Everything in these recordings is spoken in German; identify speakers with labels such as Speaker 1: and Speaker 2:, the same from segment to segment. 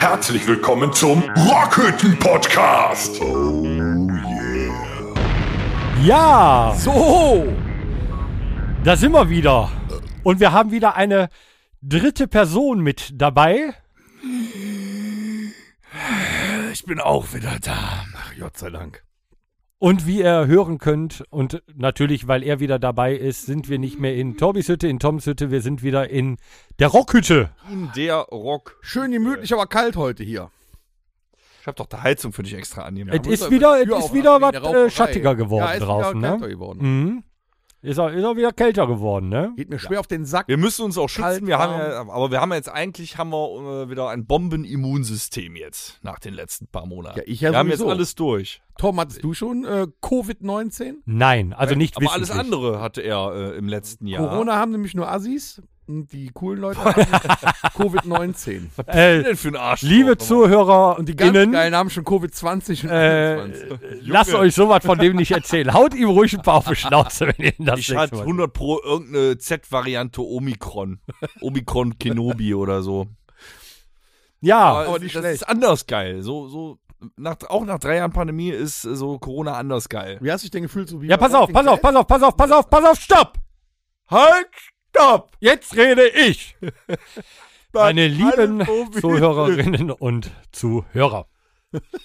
Speaker 1: Herzlich willkommen zum Rockhütten Podcast. Oh yeah.
Speaker 2: Ja,
Speaker 3: So!
Speaker 2: da sind wir wieder. Und wir haben wieder eine dritte Person mit dabei.
Speaker 3: Ich bin auch wieder da. Ach, Gott sei Dank.
Speaker 2: Und wie ihr hören könnt, und natürlich, weil er wieder dabei ist, sind wir nicht mehr in Torbys Hütte, in Toms Hütte, wir sind wieder in der Rockhütte.
Speaker 3: In der Rock.
Speaker 4: Schön gemütlich, aber kalt heute hier.
Speaker 3: Ich hab doch die Heizung für dich extra annehmen.
Speaker 2: es ist
Speaker 4: aber
Speaker 2: wieder,
Speaker 4: Tür
Speaker 2: es ist
Speaker 4: auf,
Speaker 2: wieder
Speaker 4: wegen
Speaker 2: was
Speaker 4: der
Speaker 2: äh,
Speaker 4: Rauferei.
Speaker 2: schattiger geworden
Speaker 4: ja, ist wieder
Speaker 2: draußen,
Speaker 4: kälter
Speaker 2: ne?
Speaker 4: geworden.
Speaker 2: Mhm. Ist auch, ist auch wieder kälter geworden, ne?
Speaker 4: Geht mir schwer auf den Sack.
Speaker 3: Wir müssen uns auch schützen.
Speaker 4: Kalt,
Speaker 3: Wir haben
Speaker 4: warm.
Speaker 3: ja, aber wir haben ja jetzt eigentlich haben wir äh, wieder ein Bombenimmunsystem jetzt nach den letzten paar Monaten.
Speaker 4: Ja, ich ja
Speaker 3: wir haben jetzt
Speaker 4: sowieso.
Speaker 3: alles durch.
Speaker 4: Tom, hattest du schon äh, Covid-19?
Speaker 2: Nein, also nicht
Speaker 3: Äh, aber alles
Speaker 2: wissentlich.
Speaker 3: andere hatte er äh, im letzten Jahr.
Speaker 4: Corona haben nämlich nur Assis und die coolen Leute haben Covid-19.
Speaker 3: Was ist
Speaker 2: Äh,
Speaker 3: denn für ein Arsch?
Speaker 2: liebe Zuhörer und
Speaker 4: Die ganz
Speaker 2: innen,
Speaker 4: geilen haben schon Covid-20 und
Speaker 2: äh,
Speaker 4: 21.
Speaker 2: lasst
Speaker 3: Junge.
Speaker 2: euch sowas von dem nicht erzählen. Haut ihm ruhig ein paar auf die Schnauze, wenn ihr ihn das
Speaker 3: Ich
Speaker 2: nächste
Speaker 3: hatte
Speaker 2: Mal-
Speaker 3: 100 pro irgendeine Z-Variante Omikron. Omikron Kenobi oder so.
Speaker 2: Ja,
Speaker 3: Aber,
Speaker 4: aber
Speaker 3: es-
Speaker 4: nicht
Speaker 3: das
Speaker 4: schlecht.
Speaker 3: ist anders geil. So, so nach, auch nach drei Jahren Pandemie ist äh, so Corona anders geil.
Speaker 4: Wie hast du dich denn gefühlt? So wie
Speaker 2: ja,
Speaker 4: bei
Speaker 2: pass auf,
Speaker 4: Walking
Speaker 2: pass auf,
Speaker 4: Dead?
Speaker 2: pass auf, pass auf, pass auf, pass auf, stopp! Halt, stopp! Jetzt rede ich! Meine lieben Zuhörerinnen und Zuhörer.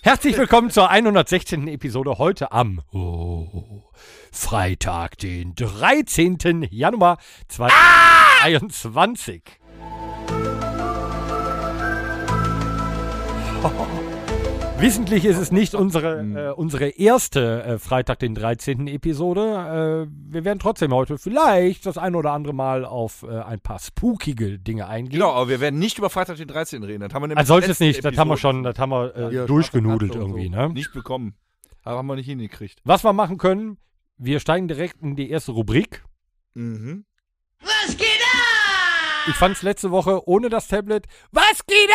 Speaker 2: Herzlich willkommen zur 116. Episode heute am oh, Freitag, den 13. Januar 2023. Wissentlich ist es nicht unsere, äh, unsere erste äh, Freitag, den 13. Episode. Äh, wir werden trotzdem heute vielleicht das ein oder andere Mal auf äh, ein paar spookige Dinge eingehen.
Speaker 3: Genau, aber wir werden nicht über Freitag den 13. reden. Das haben wir nämlich
Speaker 2: Als solches
Speaker 3: letzte
Speaker 2: Ah, nicht, das haben wir
Speaker 3: Episode
Speaker 2: schon, das haben wir äh,
Speaker 4: Ja,
Speaker 2: durchgenudelt
Speaker 4: Schwarze Katze und
Speaker 2: irgendwie,
Speaker 4: so.
Speaker 2: ne?
Speaker 3: nicht bekommen. Aber haben wir nicht hingekriegt.
Speaker 2: Was wir machen können, wir steigen direkt in die erste Rubrik.
Speaker 3: Mhm.
Speaker 2: Ich fand es letzte Woche ohne das Tablet, was geht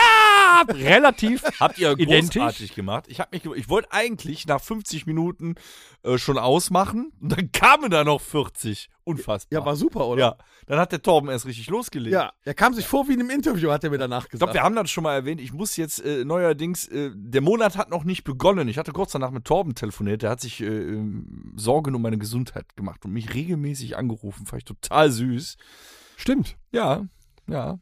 Speaker 2: ab? Relativ
Speaker 3: Habt ihr
Speaker 2: Identisch?
Speaker 3: großartig gemacht. Ich, hab mich, ge- ich wollte eigentlich nach 50 Minuten äh, schon ausmachen und dann kamen da noch 40. Unfassbar.
Speaker 4: Ja, war super, oder?
Speaker 3: Ja, dann hat der Torben erst richtig losgelegt.
Speaker 4: Ja, er kam sich vor wie in einem Interview, hat er mir danach
Speaker 3: Ich
Speaker 4: gesagt.
Speaker 3: glaube, wir haben das schon mal erwähnt. Ich muss jetzt äh, neuerdings, äh, der Monat hat noch nicht begonnen. Ich hatte kurz danach mit Torben telefoniert. Der hat sich äh, ähm, Sorgen um meine Gesundheit gemacht und mich regelmäßig angerufen. Fand ich total süß.
Speaker 2: Stimmt.
Speaker 3: Ja, ja.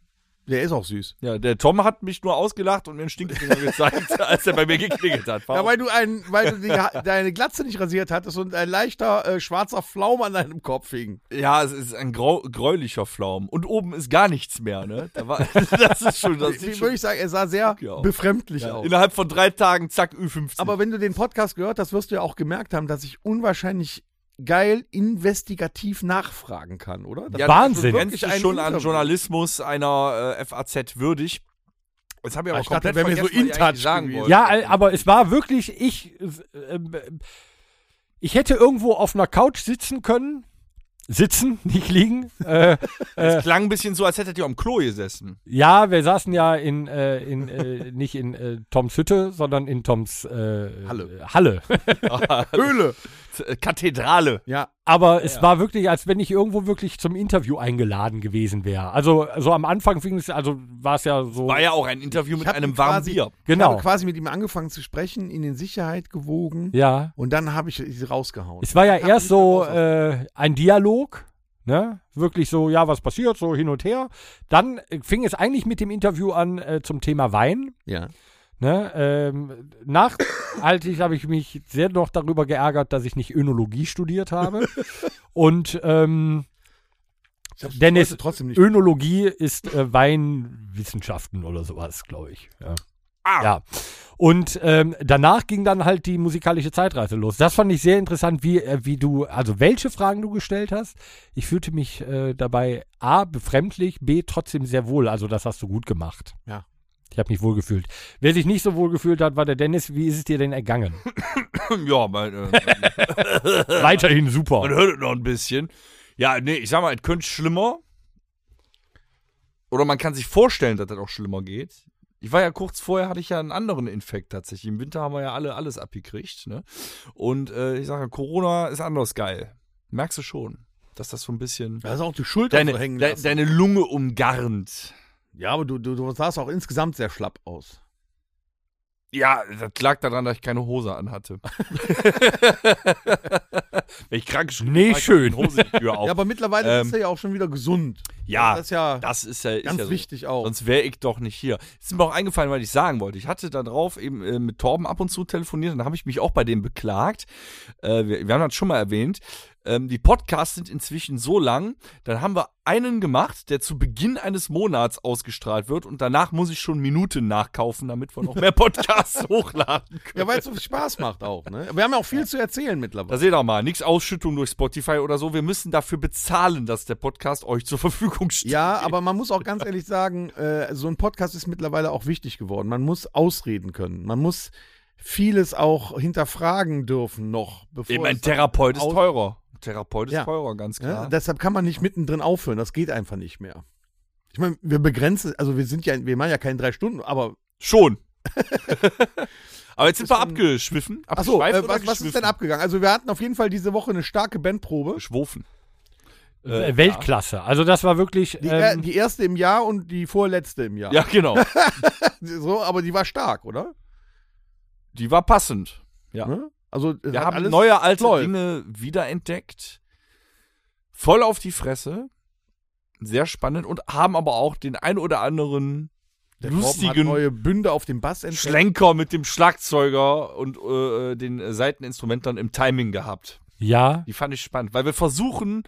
Speaker 4: der ist auch süß.
Speaker 3: Ja, der Tom hat mich nur ausgelacht und mir einen Stinkefinger gezeigt, als er bei mir geklingelt hat. War
Speaker 4: Ja,
Speaker 3: auch-
Speaker 4: weil du, ein, weil du die, deine Glatze nicht rasiert hattest und ein leichter äh, schwarzer Flaum an deinem Kopf hing.
Speaker 3: ja, es ist ein grau, gräulicher Flaum. Und oben ist gar nichts mehr, ne? Da war, das ist schon, das
Speaker 4: Wie
Speaker 3: ist
Speaker 4: würde
Speaker 3: schon
Speaker 4: ich sagen, er sah sehr
Speaker 3: Ja.
Speaker 4: befremdlich
Speaker 3: ja,
Speaker 4: aus.
Speaker 3: innerhalb von drei Tagen, zack, Ü50.
Speaker 4: Aber wenn du den Podcast gehört hast, wirst du ja auch gemerkt haben, dass ich unwahrscheinlich geil investigativ nachfragen kann, oder? Das also
Speaker 3: Ja,
Speaker 2: Wahnsinn.
Speaker 3: Das grenzt
Speaker 4: Wirklich ein
Speaker 3: schon an
Speaker 4: Interview.
Speaker 3: Journalismus einer äh, FAZ würdig. Jetzt habe ich aber
Speaker 4: Ah, Ich dachte,
Speaker 3: komplett
Speaker 4: wenn wir
Speaker 3: vergessen,
Speaker 4: so in
Speaker 3: was ich eigentlich
Speaker 4: touch
Speaker 3: sagen
Speaker 4: gewesen.
Speaker 3: wollte.
Speaker 2: Ja, äh, aber es war wirklich, ich, äh, ähm, ich hätte irgendwo auf einer Couch sitzen können. Sitzen, nicht liegen. Äh,
Speaker 3: es klang ein bisschen so, als hättet ihr am Klo gesessen.
Speaker 2: ja, wir saßen ja in, äh, in äh, nicht in äh, Toms Hütte, sondern in Toms äh,
Speaker 4: Halle.
Speaker 2: Halle.
Speaker 4: Höhle.
Speaker 3: Äh, Kathedrale.
Speaker 4: Ja,
Speaker 2: Aber es war wirklich, als wenn ich irgendwo wirklich zum Interview eingeladen gewesen wäre. Also so am Anfang fing es, also war es ja so.
Speaker 3: War ja auch ein Interview mit
Speaker 4: hab
Speaker 3: einem
Speaker 4: ihn
Speaker 3: warmen
Speaker 4: quasi-
Speaker 3: Bier.
Speaker 4: Ich
Speaker 2: genau.
Speaker 4: habe quasi mit ihm angefangen zu sprechen, ihn in Sicherheit gewogen
Speaker 2: Ja.
Speaker 4: und dann habe ich sie rausgehauen.
Speaker 2: Es war ja
Speaker 4: Hab
Speaker 2: erst
Speaker 4: ihn
Speaker 2: so
Speaker 4: raus-
Speaker 2: äh, ein Dialog, ne? Wirklich so, ja, was passiert, so hin und her. Dann äh, fing es eigentlich mit dem Interview an äh, zum Thema Wein.
Speaker 4: ja.
Speaker 2: Ne? Ähm, nachhaltig habe ich mich sehr noch darüber geärgert, dass ich nicht Önologie studiert habe. und ähm,
Speaker 4: Ich hab's
Speaker 2: Dennis,
Speaker 4: heute trotzdem nicht.
Speaker 2: Önologie ist äh, Weinwissenschaften oder sowas, glaube ich. Ja.
Speaker 3: Ah.
Speaker 2: ja. Und ähm, danach ging dann halt die musikalische Zeitreise los. Das fand ich sehr interessant, wie, äh, wie du, also welche Fragen du gestellt hast. Ich fühlte mich äh, dabei A, befremdlich, B, trotzdem sehr wohl. Also das hast du gut gemacht.
Speaker 4: Ja.
Speaker 2: Ich habe mich wohl gefühlt. Wer sich nicht so wohl gefühlt hat, war der Dennis. Wie ist es dir denn ergangen?
Speaker 3: Ja, mein, äh,
Speaker 2: Weiterhin
Speaker 3: man
Speaker 2: super.
Speaker 3: hört es noch ein bisschen. Ja, nee, ich sag mal, es könnte schlimmer. Oder man kann sich vorstellen, dass das auch schlimmer geht. Ich war ja kurz vorher, hatte ich ja einen anderen Infekt tatsächlich. Im Winter haben wir ja alle alles abgekriegt. Ne? Und äh, ich sage, Corona ist anders geil. Merkst du schon. dass das so ein bisschen
Speaker 4: Da ist auch die Schulter
Speaker 3: deine,
Speaker 4: so hängen
Speaker 3: de,
Speaker 4: lassen.
Speaker 3: deine Lunge umgarnt.
Speaker 4: ja, aber du, du, du sahst auch insgesamt sehr schlapp aus.
Speaker 3: Ja, das lag daran, dass ich keine Hose anhatte. Wenn ich krank geschrieben
Speaker 2: Nee,
Speaker 3: war, ich
Speaker 2: schön.
Speaker 3: die Hose die Tür auf.
Speaker 4: Ja, aber mittlerweile
Speaker 3: Ähm,
Speaker 4: bist du ja auch schon wieder gesund.
Speaker 3: Ja,
Speaker 4: Das ist ja
Speaker 3: das ist ja, ist
Speaker 4: ganz
Speaker 3: ja so.
Speaker 4: wichtig auch.
Speaker 3: Sonst wäre ich doch nicht hier. Ist mir auch eingefallen, weil ich sagen wollte. Ich hatte da drauf eben äh, mit Torben ab und zu telefoniert, dann habe ich mich auch bei dem beklagt. Äh, wir, wir haben das schon mal erwähnt. Ähm, die Podcasts sind inzwischen so lang, dann haben wir einen gemacht, der zu Beginn eines Monats ausgestrahlt wird und danach muss ich schon Minuten nachkaufen, damit wir noch mehr Podcasts hochladen können.
Speaker 4: Ja, weil es so viel Spaß macht auch. Ne? Wir haben ja auch viel zu erzählen mittlerweile.
Speaker 3: Da seht ihr mal, nix Ausschüttung durch Spotify oder so. Wir müssen dafür bezahlen, dass der Podcast euch zur Verfügung steht.
Speaker 4: Ja, aber man muss auch ganz ehrlich sagen, äh, so ein Podcast ist mittlerweile auch wichtig geworden. Man muss ausreden können. Man muss vieles auch hinterfragen dürfen noch, bevor
Speaker 3: Eben ein
Speaker 4: es-
Speaker 3: Therapeut ist
Speaker 4: Aus-
Speaker 3: teurer. Therapeut ist
Speaker 4: Ja.
Speaker 3: teurer, ganz klar.
Speaker 4: Ja, deshalb kann man nicht mittendrin aufhören. Das geht einfach nicht mehr. Ich meine, wir begrenzen, also wir sind ja, wir machen ja keine drei Stunden, aber
Speaker 3: Schon. Aber jetzt sind wir
Speaker 4: schon-
Speaker 3: abgeschwiffen.
Speaker 4: achso,
Speaker 3: abgeschweift
Speaker 4: äh,
Speaker 3: oder
Speaker 4: was, was ist denn
Speaker 3: geschwiffen?
Speaker 4: abgegangen? Also wir hatten auf jeden Fall diese Woche eine starke Bandprobe.
Speaker 3: Geschwofen.
Speaker 2: Äh, Weltklasse. Also das war wirklich.
Speaker 4: Die, äh, er-
Speaker 2: ähm,
Speaker 4: die erste im Jahr und die vorletzte im Jahr.
Speaker 3: Ja, genau.
Speaker 4: So, aber die war stark, oder?
Speaker 3: Die war passend. Ja.
Speaker 4: Ne? Also es
Speaker 3: Wir
Speaker 4: hat
Speaker 3: haben
Speaker 4: alles
Speaker 3: neue alte
Speaker 4: läuft.
Speaker 3: Dinge wiederentdeckt. Voll auf die Fresse. Sehr spannend und haben aber auch den ein oder anderen
Speaker 4: Der Torben hat
Speaker 3: lustigen
Speaker 4: neue Bünde auf dem Bass entdeckt.
Speaker 3: Schlenker mit dem Schlagzeuger und äh, den äh, Seiteninstrumentern im Timing gehabt.
Speaker 2: ja,
Speaker 3: Die fand ich spannend, weil wir versuchen,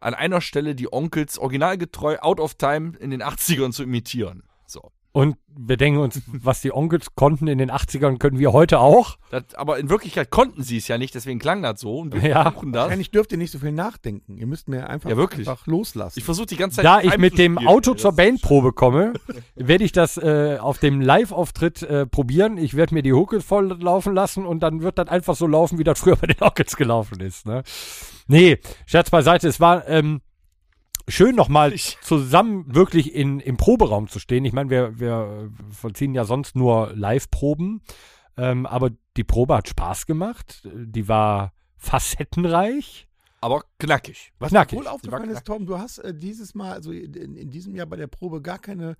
Speaker 3: an einer Stelle die Onkels originalgetreu out of time in den 80ern zu imitieren. So.
Speaker 2: und wir denken uns, was die Onkels konnten in den 80ern, können wir heute auch.
Speaker 3: Das, aber in Wirklichkeit konnten sie es ja nicht, deswegen klang das so und wir
Speaker 2: Ja.
Speaker 3: versuchen das.
Speaker 4: Wahrscheinlich dürft ihr nicht so viel nachdenken. Ihr müsst mir einfach,
Speaker 3: Ja, wirklich.
Speaker 4: einfach loslassen.
Speaker 3: Ich versuche die ganze Zeit.
Speaker 2: Da
Speaker 3: Time
Speaker 2: ich mit
Speaker 3: zu
Speaker 2: dem
Speaker 3: spielen,
Speaker 2: Auto
Speaker 3: ey,
Speaker 2: zur
Speaker 3: das-
Speaker 2: Bandprobe komme, werde ich das äh, auf dem Live-Auftritt äh, probieren. Ich werde mir die Hucke voll laufen lassen und dann wird das einfach so laufen, wie das früher bei den Onkels gelaufen ist. Ne? Nee, Scherz beiseite, es war ähm, schön nochmal
Speaker 3: Ich-
Speaker 2: zusammen wirklich in, im Proberaum zu stehen. Ich meine, wir, wir vollziehen ja sonst nur Live-Proben, ähm, aber die Probe hat Spaß gemacht. Die war facettenreich.
Speaker 3: Aber knackig.
Speaker 4: Was
Speaker 2: Knackig.
Speaker 4: mir wohl aufgefallen
Speaker 3: Die war
Speaker 4: ist, Tom, du hast äh, dieses Mal, also in, in diesem Jahr bei der Probe gar keine,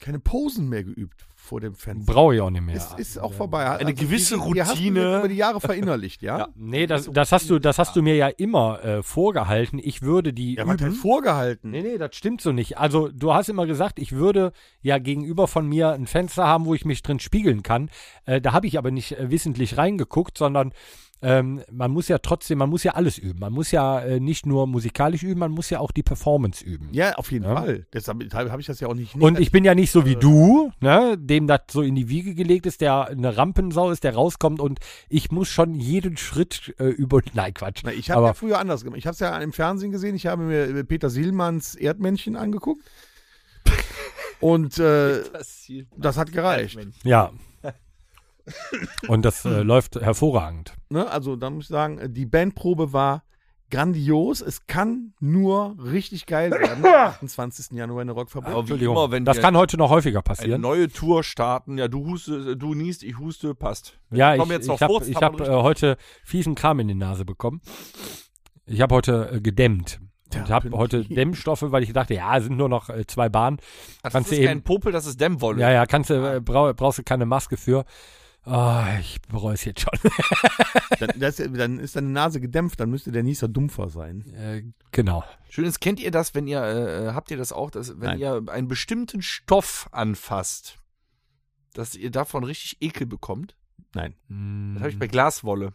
Speaker 4: keine Posen mehr geübt vor dem Fenster.
Speaker 2: Brauche ich auch nicht mehr.
Speaker 4: ist, ist auch vorbei. Eine
Speaker 3: gewisse
Speaker 4: Die hast du
Speaker 3: Routine.
Speaker 4: jetzt über die Jahre verinnerlicht, ja?
Speaker 3: Ja.
Speaker 2: Nee,
Speaker 4: Äh,
Speaker 2: das, das, hast du, das hast du mir ja immer äh, vorgehalten. Ich würde die
Speaker 4: Ja, was heißt
Speaker 2: üben.
Speaker 4: vorgehalten?
Speaker 2: Mhm. Nee, nee, das stimmt so nicht. Also, du hast immer gesagt, ich würde ja gegenüber von mir ein Fenster haben, wo ich mich drin spiegeln kann. Äh, da habe ich aber nicht äh, wissentlich reingeguckt, sondern ähm, man muss ja trotzdem, man muss ja alles üben. Man muss ja äh, nicht nur musikalisch üben, man muss ja auch die Performance üben.
Speaker 4: Ja, auf jeden
Speaker 2: Ja.
Speaker 4: Fall. Deshalb habe ich das äh, ja auch nicht.
Speaker 2: Und ich bin ja nicht so wie du, ne, dem das so in die Wiege gelegt ist, der eine Rampensau ist, der rauskommt und ich muss schon jeden Schritt äh, über. Nein, Quatsch.
Speaker 4: Na, ich habe
Speaker 2: aber
Speaker 4: ja früher anders gemacht. Ich habe es ja im Fernsehen gesehen. Ich habe mir äh, Peter Sielmanns Erdmännchen angeguckt. Und äh, das hat gereicht.
Speaker 2: Ja. Und das äh, läuft hervorragend.
Speaker 4: Ne? Also da muss ich sagen, die Bandprobe war grandios. Es kann nur richtig geil werden. Am 28. Januar in der Rockfabrik.
Speaker 3: Aber wie
Speaker 2: Entschuldigung.
Speaker 3: immer, wenn
Speaker 2: das
Speaker 3: wir
Speaker 2: kann heute noch häufiger
Speaker 3: eine
Speaker 2: passieren.
Speaker 3: neue Tour starten, ja, du huste, du niest, ich huste, passt.
Speaker 2: Ja, ich,
Speaker 3: kommen jetzt noch
Speaker 2: ich habe
Speaker 3: Furz,
Speaker 2: ich hab,
Speaker 3: haben wir
Speaker 2: äh, heute fiesen Kram in die Nase bekommen. Ich habe heute äh, gedämmt. Und
Speaker 4: Tja,
Speaker 2: habe
Speaker 4: bin
Speaker 2: heute
Speaker 4: ich-
Speaker 2: Dämmstoffe, weil ich dachte, ja, sind nur noch äh, zwei Bahnen.
Speaker 3: Das
Speaker 2: Kannst
Speaker 3: ist
Speaker 2: du eben-
Speaker 3: kein Popel, das ist Dämmwolle.
Speaker 2: Ja, ja, kannst du,
Speaker 3: Ah.
Speaker 2: äh, brau, brauchst du keine Maske für. Ah, ich bereue es jetzt schon.
Speaker 4: Dann, das, dann ist deine Nase gedämpft. Dann müsste der Nieser dumpfer sein.
Speaker 2: äh, genau.
Speaker 3: Schön ist, kennt ihr das, wenn ihr, äh, habt ihr das auch, dass, wenn
Speaker 4: Nein.
Speaker 3: ihr einen bestimmten Stoff anfasst, dass ihr davon richtig Ekel bekommt? Das
Speaker 2: Mm.
Speaker 3: habe ich bei Glaswolle.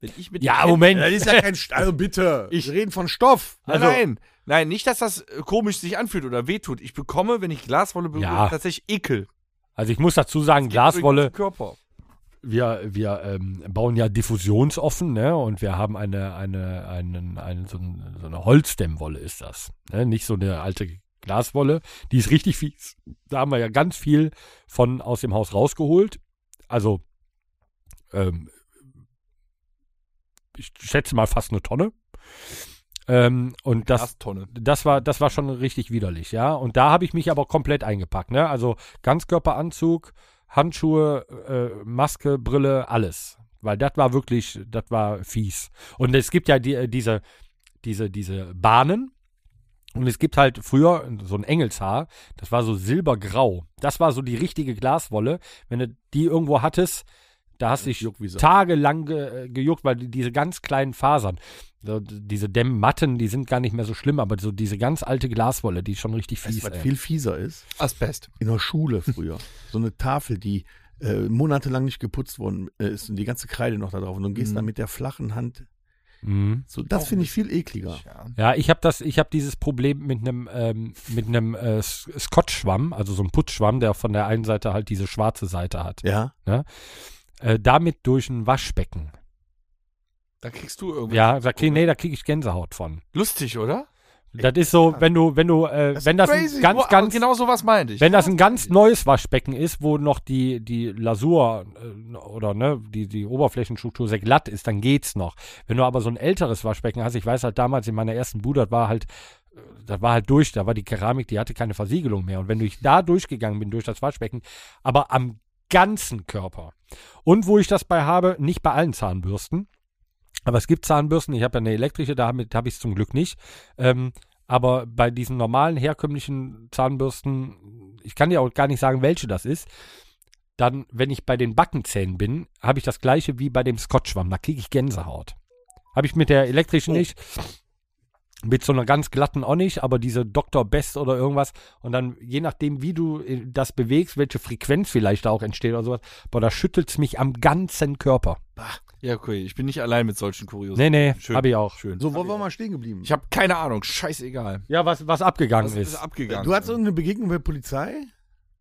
Speaker 3: Wenn ich mit
Speaker 2: Mhm. ja,
Speaker 3: den
Speaker 2: Moment.
Speaker 4: ist ja kein Stoff. Also bitte. Ich rede von Stoff.
Speaker 3: Händen-
Speaker 2: also-
Speaker 3: nein, nein, nicht, dass das äh, komisch sich anfühlt oder wehtut. Ich bekomme, wenn ich Glaswolle berühre,
Speaker 2: Ja.
Speaker 3: tatsächlich Ekel.
Speaker 2: Also ich muss dazu sagen, Glaswolle
Speaker 3: Im Körper.
Speaker 2: wir, wir ähm, bauen ja diffusionsoffen, ne? Und wir haben eine, eine, einen, einen, so, ein, so eine Holzdämmwolle ist das. Ne? Nicht so eine alte Glaswolle. Die ist richtig fies. Da haben wir ja ganz viel von aus dem Haus rausgeholt. Also, ähm, ich schätze mal fast eine Tonne. Ähm, und das
Speaker 3: Glastonne.
Speaker 2: das war, das war schon richtig widerlich, ja. Und da habe ich mich aber komplett eingepackt, ne? Also Ganzkörperanzug, Handschuhe, äh, Maske, Brille, alles. Weil das war wirklich, das war fies. Und es gibt ja die, äh, diese diese, diese Bahnen. Und es gibt halt früher so ein Engelshaar, das war so silbergrau. Das war so die richtige Glaswolle. Wenn du die irgendwo hattest, da hast du dich
Speaker 4: juckt wie Sau.
Speaker 2: tagelang ge äh, gejuckt, weil die, diese ganz kleinen Fasern, so, d- diese Dämmmatten, die sind gar nicht mehr so schlimm, aber so diese ganz alte Glaswolle, die ist schon richtig fies.
Speaker 4: was
Speaker 2: ey.
Speaker 4: viel fieser ist.
Speaker 3: Asbest.
Speaker 4: In der Schule früher. so eine Tafel, die äh, monatelang nicht geputzt worden äh, ist und die ganze Kreide noch da drauf. Und du gehst
Speaker 3: Mhm.
Speaker 4: dann mit der flachen Hand.
Speaker 2: Mhm.
Speaker 4: So, das
Speaker 3: Auch
Speaker 4: finde ich viel ekliger.
Speaker 3: Ja.
Speaker 2: Ja, ich habe das, ich habe dieses Problem mit einem ähm, mit einem äh, S- Scotch-Schwamm, also so einem Putzschwamm, der von der einen Seite halt diese schwarze Seite hat.
Speaker 4: Ja.
Speaker 2: Äh, damit durch ein Waschbecken.
Speaker 3: Da kriegst du irgendwie.
Speaker 2: Ja, da krieg, nee, da kriege ich Gänsehaut von.
Speaker 3: Lustig, oder?
Speaker 2: Das ist so, wenn du, wenn du, äh, wenn das ein ganz,
Speaker 3: Wo-
Speaker 2: ganz,
Speaker 3: Genau sowas meinte ich.
Speaker 2: wenn das ein ganz neues Waschbecken ist, wo noch die die Lasur äh, oder ne die die Oberflächenstruktur sehr glatt ist, dann geht's noch. Wenn du aber so ein älteres Waschbecken hast, ich weiß halt damals in meiner ersten Bude, das war halt äh, das war halt durch, da war die Keramik, die hatte keine Versiegelung mehr. Und wenn ich da durchgegangen bin, durch das Waschbecken, aber am ganzen Körper. Und wo ich das bei habe, nicht bei allen Zahnbürsten, aber es gibt Zahnbürsten, ich habe ja eine elektrische, damit habe ich es zum Glück nicht. Ähm, aber bei diesen normalen, herkömmlichen Zahnbürsten, ich kann dir auch gar nicht sagen, welche das ist, dann, wenn ich bei den Backenzähnen bin, habe ich das gleiche wie bei dem Scotchschwamm. Da kriege ich Gänsehaut. Habe ich mit der
Speaker 3: Oh.
Speaker 2: elektrischen nicht. Mit so einer ganz glatten auch nicht, aber diese Dr. Best oder irgendwas. Und dann, je nachdem, wie du äh, das bewegst, welche Frequenz vielleicht da auch entsteht oder sowas, boah, da schüttelt es mich am ganzen Körper.
Speaker 3: ja, okay. Ich bin nicht allein mit solchen Kuriosen.
Speaker 2: Nee, nee,
Speaker 3: Schön.
Speaker 2: habe ich auch.
Speaker 3: Schön.
Speaker 4: So, wo waren wir stehen geblieben?
Speaker 3: Ich habe keine Ahnung. Scheißegal.
Speaker 2: Ja, was, was abgegangen
Speaker 3: Was
Speaker 2: ist.
Speaker 3: ist abgegangen?
Speaker 4: du hattest irgendeine Begegnung mit der Polizei?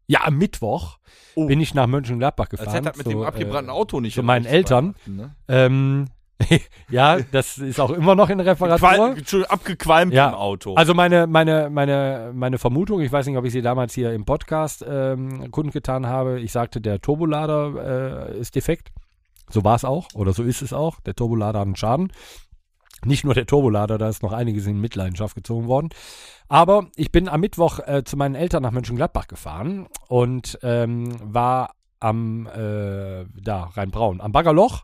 Speaker 2: Ja, am Mittwoch
Speaker 3: Oh.
Speaker 2: bin ich nach Mönchengladbach gefahren.
Speaker 3: als hätte das mit dem
Speaker 2: zu,
Speaker 3: abgebrannten
Speaker 2: äh,
Speaker 3: Auto nicht.
Speaker 2: zu meinen
Speaker 3: nichts zu
Speaker 2: Eltern.
Speaker 3: beachten, Ne?
Speaker 2: Ähm, ja, das ist auch immer noch in
Speaker 3: Qual
Speaker 2: Reparatur.
Speaker 3: Entschuldigung, abgequalmt
Speaker 2: Ja.
Speaker 3: im Auto.
Speaker 2: Also meine, meine, meine, meine Vermutung, ich weiß nicht, ob ich sie damals hier im Podcast ähm, kundgetan habe, ich sagte, der Turbolader äh, ist defekt. So war es auch oder so ist es auch. Der Turbolader hat einen Schaden. Nicht nur der Turbolader, da ist noch einiges in Mitleidenschaft gezogen worden. Aber ich bin am Mittwoch äh, zu meinen Eltern nach Mönchengladbach gefahren und ähm, war am, äh, da, Rheinbraun, am Baggerloch.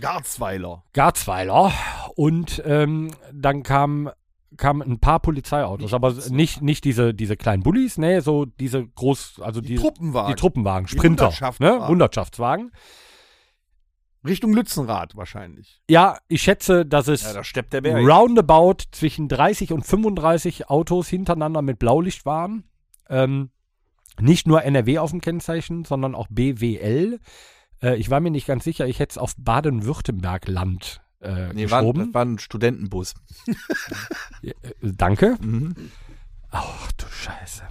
Speaker 4: Garzweiler.
Speaker 2: Garzweiler und ähm, dann kam kamen ein paar Polizeiautos, aber nicht, nicht diese, diese kleinen Bullis, nee, so diese groß, also
Speaker 4: Die,
Speaker 2: die,
Speaker 4: Truppenwagen.
Speaker 2: die Truppenwagen, Sprinter,
Speaker 4: Hundertschaftswagen.
Speaker 2: ne, Hundertschaftswagen.
Speaker 4: Richtung Lützenrad wahrscheinlich.
Speaker 2: Ja, ich schätze, dass es
Speaker 3: ja, da steppt der Berg.
Speaker 2: roundabout zwischen 30 und 35 Autos hintereinander mit Blaulicht waren. Ähm, nicht nur NRW auf dem Kennzeichen, sondern auch BWL. Äh, ich war mir nicht ganz sicher, ich hätte es auf Baden-Württemberg-Land äh,
Speaker 3: Nee, war, das
Speaker 2: geschoben.
Speaker 3: war ein Studentenbus.
Speaker 2: Äh, Danke.
Speaker 3: Mhm.
Speaker 2: Ach du Scheiße.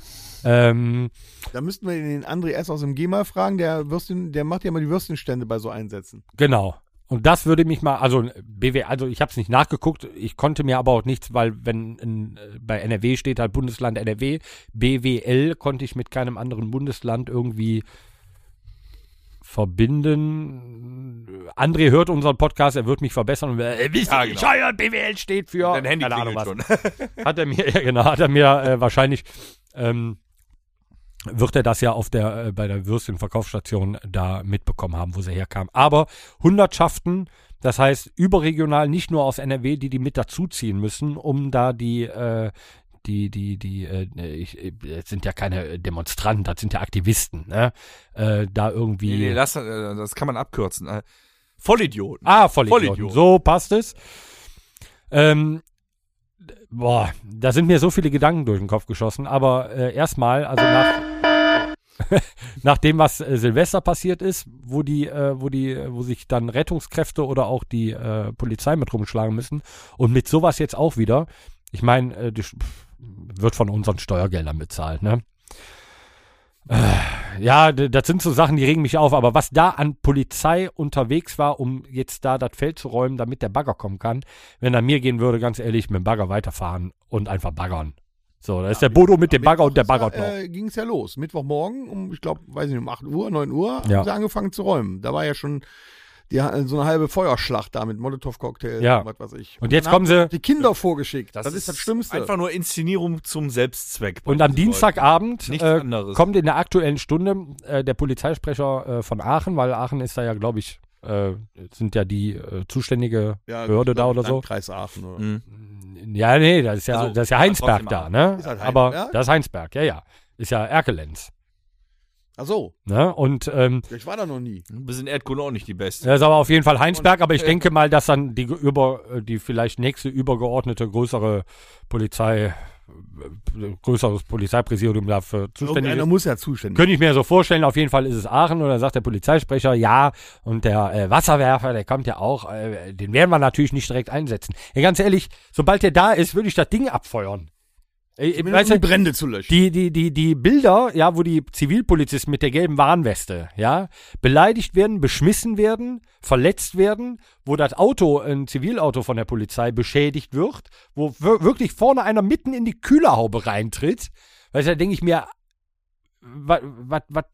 Speaker 2: Ähm,
Speaker 4: Da müssten wir den André S. aus dem GEMA fragen, der, Würstchen, der macht ja mal die Würstchenstände bei so Einsätzen.
Speaker 2: genau. Und das würde mich mal, also BW, also ich habe es nicht nachgeguckt, ich konnte mir aber auch nichts, weil wenn in, äh, bei NRW steht halt Bundesland NRW, BWL konnte ich mit keinem anderen Bundesland irgendwie verbinden. André hört unseren Podcast, er wird mich verbessern und er äh, wisst
Speaker 3: Ja,
Speaker 2: ihr
Speaker 3: genau.
Speaker 2: Bescheid, BWL steht für
Speaker 3: Dein Handy
Speaker 2: keine Ahnung
Speaker 3: klingelt
Speaker 2: was.
Speaker 3: schon.
Speaker 2: hat er mir, ja genau, hat er mir äh, wahrscheinlich, ähm, wird er das ja auf der, äh, bei der Würstchenverkaufsstation da mitbekommen haben, wo sie herkam. Aber Hundertschaften, das heißt überregional, nicht nur aus NRW, die die mit dazuziehen müssen, um da die, äh, die, die, die, äh, ich, äh, das sind ja keine Demonstranten, das sind ja Aktivisten, ne? Äh, da irgendwie.
Speaker 3: Nee, nee, lass, äh, das kann man abkürzen. Äh, Vollidioten.
Speaker 2: Ah, Vollidioten.
Speaker 3: Vollidioten.
Speaker 2: So passt es. Ähm, d- boah, da sind mir so viele Gedanken durch den Kopf geschossen. Aber äh, erstmal, also nach, nach dem, was äh, Silvester passiert ist, wo die, äh, wo die, wo sich dann Rettungskräfte oder auch die äh, Polizei mit rumschlagen müssen und mit sowas jetzt auch wieder. Ich meine, äh, die Sch- pff, wird von unseren Steuergeldern bezahlt, ne? Äh, Ja, d- das sind so Sachen, die regen mich auf. Aber was da an Polizei unterwegs war, um jetzt da das Feld zu räumen, damit der Bagger kommen kann, wenn er mir gehen würde, ganz ehrlich, mit dem Bagger weiterfahren und einfach baggern. So, da ist der Bodo mit dem Bagger und der baggert noch.
Speaker 4: äh, Ging es ja los. Mittwochmorgen um, ich glaube, weiß nicht, um 8 Uhr, 9 Uhr,
Speaker 2: Ja.
Speaker 4: haben sie angefangen zu räumen. Da war ja schon die, äh, so eine halbe Feuerschlacht da mit Molotow-Cocktails
Speaker 2: Ja.
Speaker 4: und was weiß
Speaker 3: äh,
Speaker 4: ich.
Speaker 2: Und jetzt
Speaker 4: dann haben
Speaker 2: kommen sie-
Speaker 4: Die Kinder vorgeschickt. Das, ist das Schlimmste.
Speaker 3: Einfach nur Inszenierung zum Selbstzweck.
Speaker 2: Und am Dienstagabend
Speaker 3: Nichts
Speaker 2: äh,
Speaker 3: anderes.
Speaker 2: kommt in der aktuellen Stunde äh, der Polizeisprecher äh, von Aachen, weil Aachen ist da ja, glaube ich, äh, sind ja die äh, zuständige
Speaker 4: Ja,
Speaker 2: Behörde da
Speaker 4: glaub,
Speaker 2: oder so.
Speaker 4: Landkreis Aachen. Oder?
Speaker 3: Mhm.
Speaker 2: Ja, nee, das ist ja,
Speaker 3: Also,
Speaker 2: das ist ja
Speaker 3: ja,
Speaker 2: Heinsberg
Speaker 3: trotzdem
Speaker 2: da,
Speaker 3: Aachen.
Speaker 2: ne?
Speaker 4: Ist halt
Speaker 2: Aber
Speaker 4: Heinsberg?
Speaker 2: das ist Heinsberg, ja, ja. Ist ja Erkelenz,
Speaker 4: Ach so,
Speaker 2: ne? Und ähm,
Speaker 4: ja, ich war da noch nie.
Speaker 3: Du bist in Erdkunde auch nicht die Beste.
Speaker 2: das ist aber auf jeden Fall Heinsberg, aber ich
Speaker 4: äh,
Speaker 2: denke mal, dass dann die ge- über äh, die vielleicht nächste übergeordnete größere Polizei äh, größeres Polizeipräsidium dafür zuständig
Speaker 4: Irgendeiner
Speaker 2: ist.
Speaker 4: muss ja zuständig
Speaker 2: Könnte ich mir so vorstellen, auf jeden Fall ist es Aachen oder sagt der Polizeisprecher, ja, und der äh, Wasserwerfer, der kommt ja auch, äh, den werden wir natürlich nicht direkt einsetzen. Ja, ganz ehrlich, sobald der da ist, würde ich das Ding abfeuern. Äh,
Speaker 4: sein,
Speaker 2: weißt
Speaker 4: um
Speaker 2: du,
Speaker 4: die Brände zu löschen.
Speaker 2: die, die, die, die Bilder, ja, wo die Zivilpolizisten mit der gelben Warnweste, ja, beleidigt werden, beschmissen werden, verletzt werden, wo das Auto, ein Zivilauto von der Polizei beschädigt wird, wo wir- wirklich vorne einer mitten in die Kühlerhaube reintritt, weißt du, da denke ich mir, was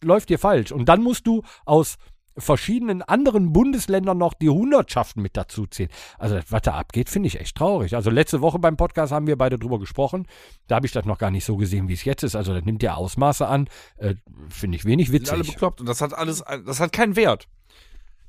Speaker 2: läuft dir falsch? Und dann musst du aus verschiedenen anderen Bundesländern noch die Hundertschaften mit dazuziehen. Also, das, was da abgeht, finde ich echt traurig. Also, letzte Woche beim Podcast haben wir beide drüber gesprochen. Da habe ich das noch gar nicht so gesehen, wie es jetzt ist. Also, das nimmt ja Ausmaße an. Äh, finde ich wenig
Speaker 3: sind alle
Speaker 2: witzig.
Speaker 3: bekloppt und das hat alles, das hat keinen Wert.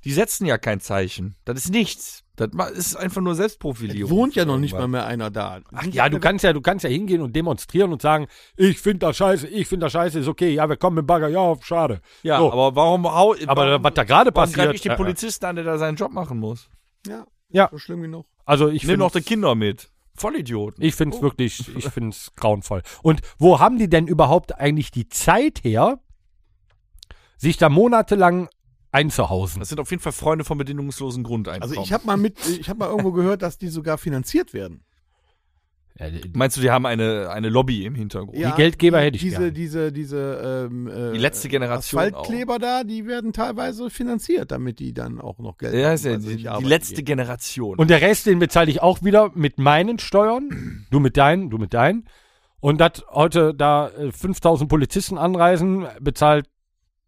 Speaker 3: Die setzen ja kein Zeichen. Das ist nichts. Das ma- ist einfach nur Selbstprofilierung.
Speaker 4: Wohnt ja noch nicht mal mehr einer da.
Speaker 2: Ach ja, du kannst ja, du kannst ja hingehen und demonstrieren und sagen, ich finde das scheiße, ich finde das scheiße, ist okay, ja, wir kommen mit dem Bagger, ja, schade.
Speaker 3: Ja,
Speaker 2: So.
Speaker 3: aber warum hau,
Speaker 2: Aber äh,
Speaker 3: warum,
Speaker 2: was da gerade
Speaker 3: warum greif
Speaker 2: passiert.
Speaker 3: ich den
Speaker 2: äh, äh.
Speaker 3: Polizisten an, der da seinen Job machen muss?
Speaker 4: Ja,
Speaker 2: Ja.
Speaker 4: so schlimm genug.
Speaker 2: Also ich
Speaker 3: Ich Nimm
Speaker 2: finde
Speaker 3: doch die Kinder mit. Vollidioten. Oh.
Speaker 2: Ich finde es wirklich, ich finde es grauenvoll. Und wo haben die denn überhaupt eigentlich die Zeit her, sich da monatelang einzuhausen?
Speaker 3: das sind auf jeden Fall Freunde vom bedingungslosen Grundeinkommen.
Speaker 4: Also ich habe mal mit, ich habe mal irgendwo gehört, dass die sogar finanziert werden.
Speaker 2: Ja, die-
Speaker 3: Meinst du, die haben eine, eine Lobby im Hintergrund?
Speaker 4: Ja,
Speaker 2: Oh, Geldgeber hätte ich
Speaker 4: diese,
Speaker 2: gern.
Speaker 4: diese, diese, ähm, äh,
Speaker 3: Die letzte Generation
Speaker 4: Asphaltkleber da, die werden teilweise finanziert, damit die dann auch noch Geld
Speaker 3: Ja, ist ja
Speaker 4: weil sie
Speaker 3: die,
Speaker 4: nicht
Speaker 3: die
Speaker 4: arbeiten
Speaker 3: letzte
Speaker 4: gehen.
Speaker 3: Generation.
Speaker 2: Und der Rest, den bezahle ich auch wieder mit meinen Steuern. Du mit deinen, du mit deinen. Und dass heute da äh, 5000 Polizisten anreisen, bezahlt.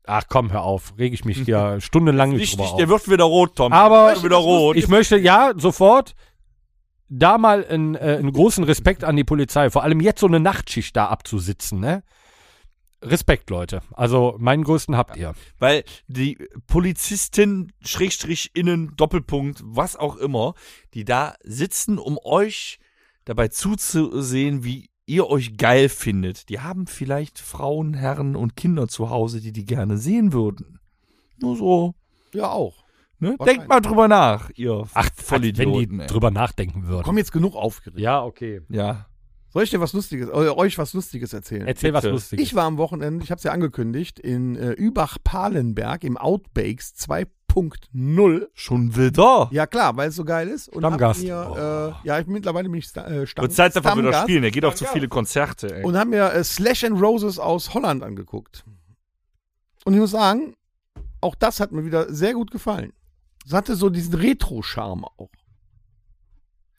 Speaker 2: Ach komm, hör auf, reg ich mich hier stundenlang nicht drüber
Speaker 3: Wichtig,
Speaker 2: auf.
Speaker 3: der wird wieder rot, Tom.
Speaker 2: Aber
Speaker 3: Der wird wieder rot.
Speaker 2: Ich möchte ja sofort da mal einen, äh, einen großen Respekt an die Polizei, vor allem jetzt so eine Nachtschicht da abzusitzen, ne? Respekt, Leute. Also meinen größten habt ihr.
Speaker 3: Weil die Polizisten, Schrägstrich, Innen, Doppelpunkt, was auch immer, die da sitzen, um euch dabei zuzusehen, wie ihr euch geil findet. Die haben vielleicht Frauen, Herren und Kinder zu Hause, die die gerne sehen würden. Nur so.
Speaker 4: Ja, auch.
Speaker 3: Ne?
Speaker 4: Wahrscheinlich.
Speaker 3: Denkt mal drüber nach, ihr
Speaker 2: Ach, wenn die
Speaker 3: Vollidioten. ey.
Speaker 2: drüber nachdenken würden.
Speaker 4: Komm jetzt genug aufgeregt.
Speaker 2: Ja, okay.
Speaker 3: Ja.
Speaker 4: Soll ich dir was Lustiges, oder euch was Lustiges erzählen?
Speaker 2: Erzähl was
Speaker 3: Bitte.
Speaker 2: Lustiges.
Speaker 4: Ich war am Wochenende, ich habe es ja angekündigt, in äh, Übach-Palenberg im Outbakes 2.0.
Speaker 3: Schon wieder.
Speaker 4: Ja klar, weil es so geil ist. Und hab
Speaker 2: Stammgast.
Speaker 4: Mir, äh, ja, ich, mittlerweile bin ich Sta äh, Stamm,
Speaker 3: Wird Zeit davon wieder
Speaker 4: Stammgast
Speaker 3: spielen. Er geht auch zu viele Konzerte. Ey.
Speaker 4: Und habe mir äh, Slash and Roses aus Holland angeguckt. Und ich muss sagen, auch das hat mir wieder sehr gut gefallen. Es hatte so diesen Retro-Charme auch.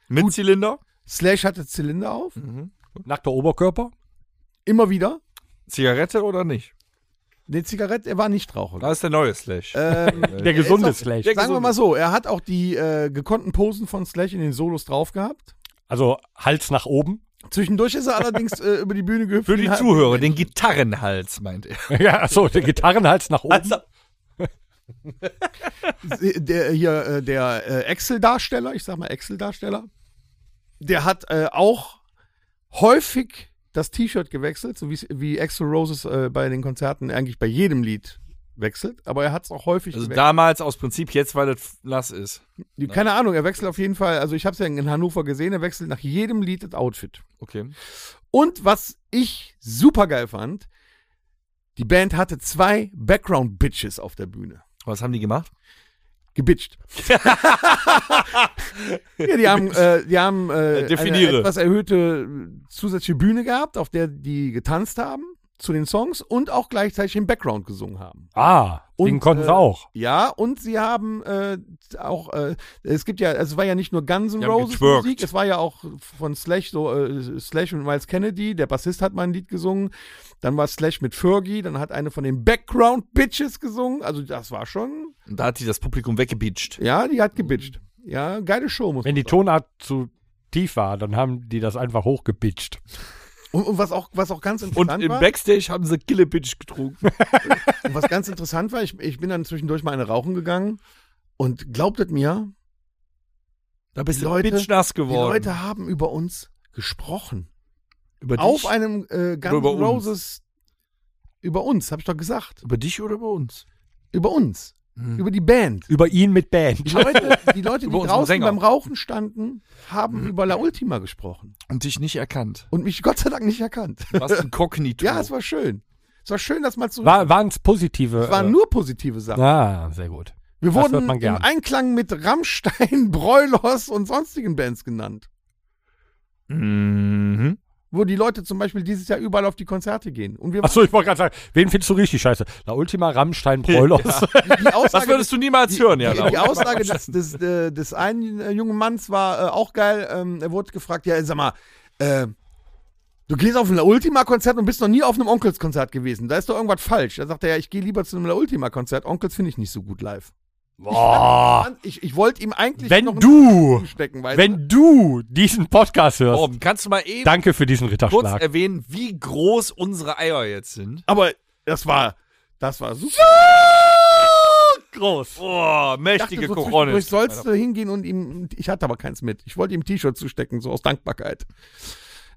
Speaker 3: Mit Zylinder?
Speaker 4: Slash hatte Zylinder auf,
Speaker 2: Nackter Oberkörper?
Speaker 4: immer wieder.
Speaker 3: Zigarette oder nicht?
Speaker 4: Eine Zigarette, er war nicht Raucher.
Speaker 3: Da ist der neue Slash.
Speaker 4: Ähm,
Speaker 2: Der gesunde
Speaker 4: ist auch-
Speaker 2: Slash.
Speaker 3: der
Speaker 4: Sagen wir
Speaker 3: gesunde.
Speaker 4: mal so, er hat auch die äh, gekonnten Posen von Slash in den Solos drauf gehabt.
Speaker 2: Also Hals nach oben.
Speaker 4: Zwischendurch ist er allerdings äh, über die Bühne gehüpft.
Speaker 3: Für die
Speaker 4: und hat-
Speaker 3: Zuhörer, den Gitarrenhals, meint er.
Speaker 2: ja, so, der Gitarrenhals nach oben.
Speaker 4: der hier äh, der äh, Excel-Darsteller, ich sag mal Excel-Darsteller, der hat äh, auch häufig das T-Shirt gewechselt, so wie's- wie Excel Roses äh, bei den Konzerten eigentlich bei jedem Lied wechselt, aber er hat es auch häufig
Speaker 3: Also
Speaker 4: gewechselt.
Speaker 3: damals aus Prinzip, jetzt, weil das nass ist.
Speaker 4: Die- Keine Ahnung, er wechselt auf jeden Fall, also ich habe es ja in Hannover gesehen, er wechselt nach jedem Lied das Outfit.
Speaker 3: Okay.
Speaker 4: Und was ich super geil fand, die Band hatte zwei Background-Bitches auf der Bühne.
Speaker 3: Was haben die gemacht?
Speaker 4: gebitcht. ja, die haben, äh, die haben äh, eine
Speaker 3: Definiere.
Speaker 4: etwas erhöhte äh, zusätzliche Bühne gehabt, auf der die getanzt haben zu den Songs und auch gleichzeitig im Background gesungen haben.
Speaker 2: Ah, den
Speaker 4: Und,
Speaker 2: konnten
Speaker 4: äh,
Speaker 2: sie auch.
Speaker 4: Ja, und sie haben äh, auch, äh, es gibt ja, es war ja nicht nur Guns N'
Speaker 3: Die haben
Speaker 4: Roses
Speaker 3: getwerkt.
Speaker 4: Musik, es war ja auch von Slash, so äh, Slash und Miles Kennedy, der Bassist hat mal ein Lied gesungen, dann war Slash mit Fergie, dann hat eine von den Background Bitches gesungen, also das war schon,
Speaker 3: Und da hat die das Publikum weggebeacht.
Speaker 4: ja, die hat gebitcht. Ja, geile Show, muss
Speaker 2: Wenn die Tonart zu tief war, dann haben die das einfach hochgepitcht.
Speaker 4: Und, und was, auch, was auch ganz
Speaker 3: Und
Speaker 4: interessant
Speaker 3: im
Speaker 4: war,
Speaker 3: Backstage haben sie Killebitch getrunken.
Speaker 4: und was ganz interessant war, ich, ich bin dann zwischendurch mal eine rauchen gegangen und glaubtet mir,
Speaker 3: Da bist
Speaker 4: Leute-
Speaker 3: bitchnass
Speaker 4: die Leute haben über uns gesprochen.
Speaker 3: Über
Speaker 4: Auf einem äh, Guns über
Speaker 3: über uns?
Speaker 4: Roses. Über uns, habe ich doch gesagt.
Speaker 3: Über dich oder über uns?
Speaker 4: Über uns. Über die Band.
Speaker 2: Über ihn mit Band.
Speaker 4: Die Leute, die, Leute, die
Speaker 3: Hm. Über unseren
Speaker 4: draußen
Speaker 3: Sänger. Hm.
Speaker 4: beim Rauchen standen, haben über La Ultima gesprochen.
Speaker 3: Und dich nicht erkannt.
Speaker 4: Und mich Gott sei Dank nicht erkannt.
Speaker 3: Was ein Kognito.
Speaker 4: Ja, es war schön. Es war schön, dass man zu.
Speaker 2: War, waren es positive? äh,
Speaker 4: es
Speaker 3: äh,
Speaker 4: waren nur positive Sachen.
Speaker 2: Ah, sehr gut.
Speaker 4: Wir
Speaker 2: das hört
Speaker 4: wurden
Speaker 2: man
Speaker 4: im
Speaker 2: gern.
Speaker 4: Einklang mit Rammstein, Broilos und sonstigen Bands genannt.
Speaker 3: Mhm.
Speaker 4: Wo die Leute zum Beispiel dieses Jahr überall auf die Konzerte gehen. Und wir
Speaker 2: Achso, ich wollte gerade sagen, wen findest du richtig scheiße? La Ultima, Rammstein, Broilos.
Speaker 4: die
Speaker 3: Das
Speaker 4: Aussage,
Speaker 3: würdest du niemals hören, ja.
Speaker 4: die, die Aussage des, des, äh, des einen äh, jungen Manns war äh, auch geil. Ähm, er wurde gefragt, ja, sag mal, äh, du gehst auf ein La Ultima-Konzert und bist noch nie auf einem Onkels-Konzert gewesen. Da ist doch irgendwas falsch. Da sagt er, ja, ich gehe lieber zu einem La Ultima-Konzert. Onkels finde ich nicht so gut live.
Speaker 2: Boah.
Speaker 4: Ich, ich wollte ihm eigentlich
Speaker 2: Wenn
Speaker 4: noch einen
Speaker 2: du,
Speaker 4: stecken, weil
Speaker 2: wenn du diesen Podcast hörst,
Speaker 3: Torben, kannst du mal eben
Speaker 2: danke für diesen
Speaker 3: kurz
Speaker 2: Ritterschlag.
Speaker 3: erwähnen, wie groß unsere Eier jetzt sind?
Speaker 4: aber das war das war super.
Speaker 2: groß.
Speaker 3: Boah,
Speaker 4: Ich dachte,
Speaker 3: mächtige
Speaker 4: so
Speaker 3: Korone.
Speaker 4: zwischendurch sollst du hingehen und ihm ich hatte aber keins mit. Ich wollte ihm ein T-Shirt zustecken, so aus Dankbarkeit.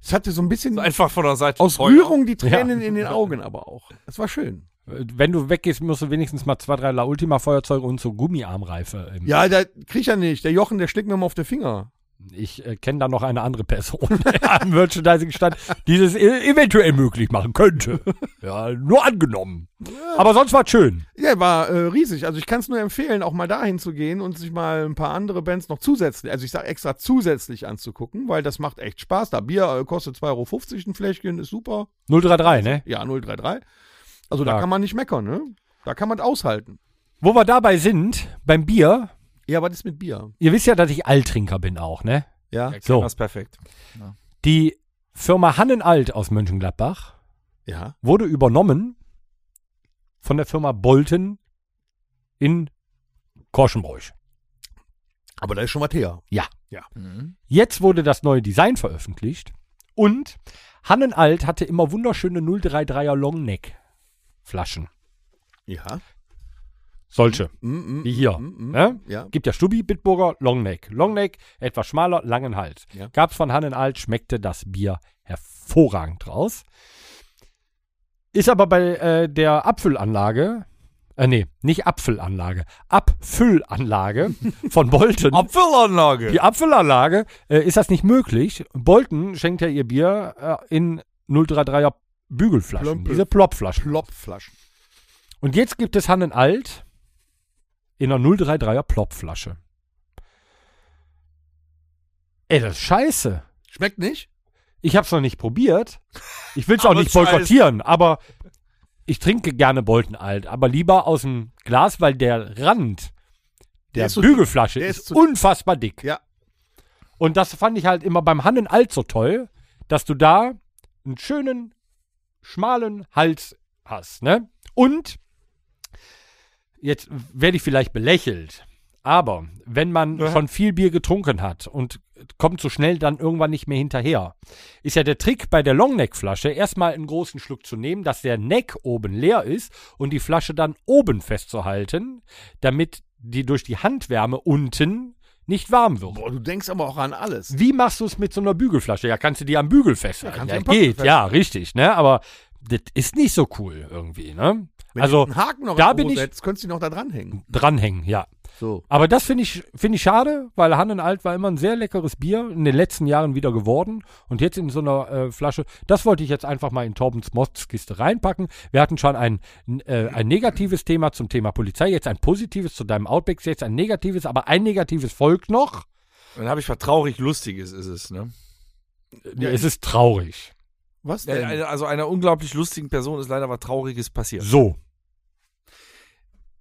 Speaker 4: Ich hatte so ein bisschen
Speaker 3: Einfach von der Seite.
Speaker 4: aus
Speaker 3: teuer.
Speaker 4: Rührung die Tränen in den Augen aber auch. Es war schön.
Speaker 2: Wenn du weggehst, musst du wenigstens mal zwei, drei La Ultima Feuerzeuge und so Gummiarmreife. ähm, im-
Speaker 4: Ja, da krieg ich ja nicht. Der Jochen, der schlägt mir mal auf den Finger.
Speaker 2: Ich äh, kenne da noch eine andere Person am Merchandising-Stand, die das e eventuell möglich machen könnte. Ja, nur angenommen. Aber sonst war's schön.
Speaker 4: Ja, war äh, riesig. Also ich kann es nur empfehlen, auch mal dahin zu gehen und sich mal ein paar andere Bands noch zusätzlich, also ich sag extra zusätzlich anzugucken, weil das macht echt Spaß. Da Bier äh, kostet 2,50 Euro ein Fläschchen, ist super.
Speaker 2: 033, ne?
Speaker 4: Ja, 033. Also da
Speaker 2: Stark.
Speaker 4: kann man nicht meckern, ne? Da kann man aushalten.
Speaker 2: Wo wir dabei sind, beim Bier,
Speaker 4: Ja, was ist mit Bier?
Speaker 2: ihr wisst ja, dass ich Altrinker bin auch, ne?
Speaker 4: Ja.
Speaker 3: Ja,
Speaker 2: So.
Speaker 3: so. Das perfekt.
Speaker 2: Die Firma Hannenalt aus Mönchengladbach
Speaker 4: Ja.
Speaker 2: wurde übernommen von der Firma Bolten in Korschenbräuch.
Speaker 4: Aber da ist schon was her.
Speaker 2: Jetzt wurde das neue Design veröffentlicht und Hannenalt hatte immer wunderschöne 033er Longneck Flaschen.
Speaker 4: Ja.
Speaker 2: Solche,
Speaker 4: Mm, mm,
Speaker 2: wie hier.
Speaker 4: mm, mm.
Speaker 2: Ne?
Speaker 4: Ja.
Speaker 2: Gibt ja Stubbi, Bitburger, Longneck. Longneck, etwas schmaler, langen Hals.
Speaker 4: Ja.
Speaker 2: Gab's von Hannenalt, schmeckte das Bier hervorragend draus. Ist aber bei äh, der Abfüllanlage, äh, nee, nicht Abfüllanlage, Abfüllanlage von Bolten.
Speaker 3: Apfelanlage.
Speaker 2: Die Abfüllanlage äh, ist das nicht möglich. Bolton schenkt ja ihr Bier äh, in 033er Bügelflaschen,
Speaker 4: Plömpel.
Speaker 2: diese Plopflaschen.
Speaker 4: Plopflaschen.
Speaker 2: Und jetzt gibt es Hannen Alt in einer 033er Plopflasche. Ey, das ist scheiße.
Speaker 4: Schmeckt nicht?
Speaker 2: Ich habe es noch nicht probiert. Ich will es auch
Speaker 3: Aber
Speaker 2: nicht
Speaker 3: scheiße.
Speaker 2: boykottieren, aber ich trinke gerne Bolton Alt, aber lieber aus dem Glas, weil der Rand der,
Speaker 4: ist so
Speaker 2: Bügelflasche
Speaker 4: Der
Speaker 2: ist,
Speaker 4: ist so
Speaker 2: unfassbar dick.
Speaker 4: Ja.
Speaker 2: Und das fand ich halt immer beim Hannen Alt so toll, dass du da einen schönen, schmalen Hals hast, ne? Und jetzt werde ich vielleicht belächelt, aber wenn man
Speaker 3: Ja.
Speaker 2: schon viel Bier getrunken hat und kommt so schnell dann irgendwann nicht mehr hinterher, ist ja der Trick bei der Longneck-Flasche, erstmal einen großen Schluck zu nehmen, dass der Neck oben leer ist und die Flasche dann oben festzuhalten, damit die durch die Handwärme unten nicht warm wird.
Speaker 4: Boah, du denkst aber auch an alles.
Speaker 2: Wie machst du es mit so einer Bügelflasche? Ja, kannst du die am Bügel festhalten.
Speaker 4: kannst
Speaker 2: Ja,
Speaker 4: du am Papier
Speaker 2: geht, ja, richtig, ne? Aber das ist nicht so cool irgendwie, ne? also
Speaker 4: Einen Haken noch
Speaker 2: da
Speaker 4: in die
Speaker 2: bin
Speaker 4: Hose
Speaker 2: ich-
Speaker 4: hättest, könntest du ihn noch da dranhängen.
Speaker 2: dranhängen, ja.
Speaker 4: So.
Speaker 2: Aber das finde ich, finde ich schade, weil Hannenalt war immer ein sehr leckeres Bier, in den letzten Jahren wieder geworden. Und jetzt in so einer äh, Flasche, das wollte ich jetzt einfach mal in Torbens Mostkiste reinpacken. Wir hatten schon ein, n- äh, ein negatives Thema zum Thema Polizei, jetzt ein positives zu deinem Outback, jetzt ein negatives, aber ein negatives folgt noch.
Speaker 3: Dann habe ich was traurig Lustiges ist es, ne?
Speaker 2: Ja, es ist traurig.
Speaker 4: Was
Speaker 3: Ja,
Speaker 4: denn?
Speaker 3: Also einer unglaublich lustigen Person ist leider was Trauriges passiert.
Speaker 2: So.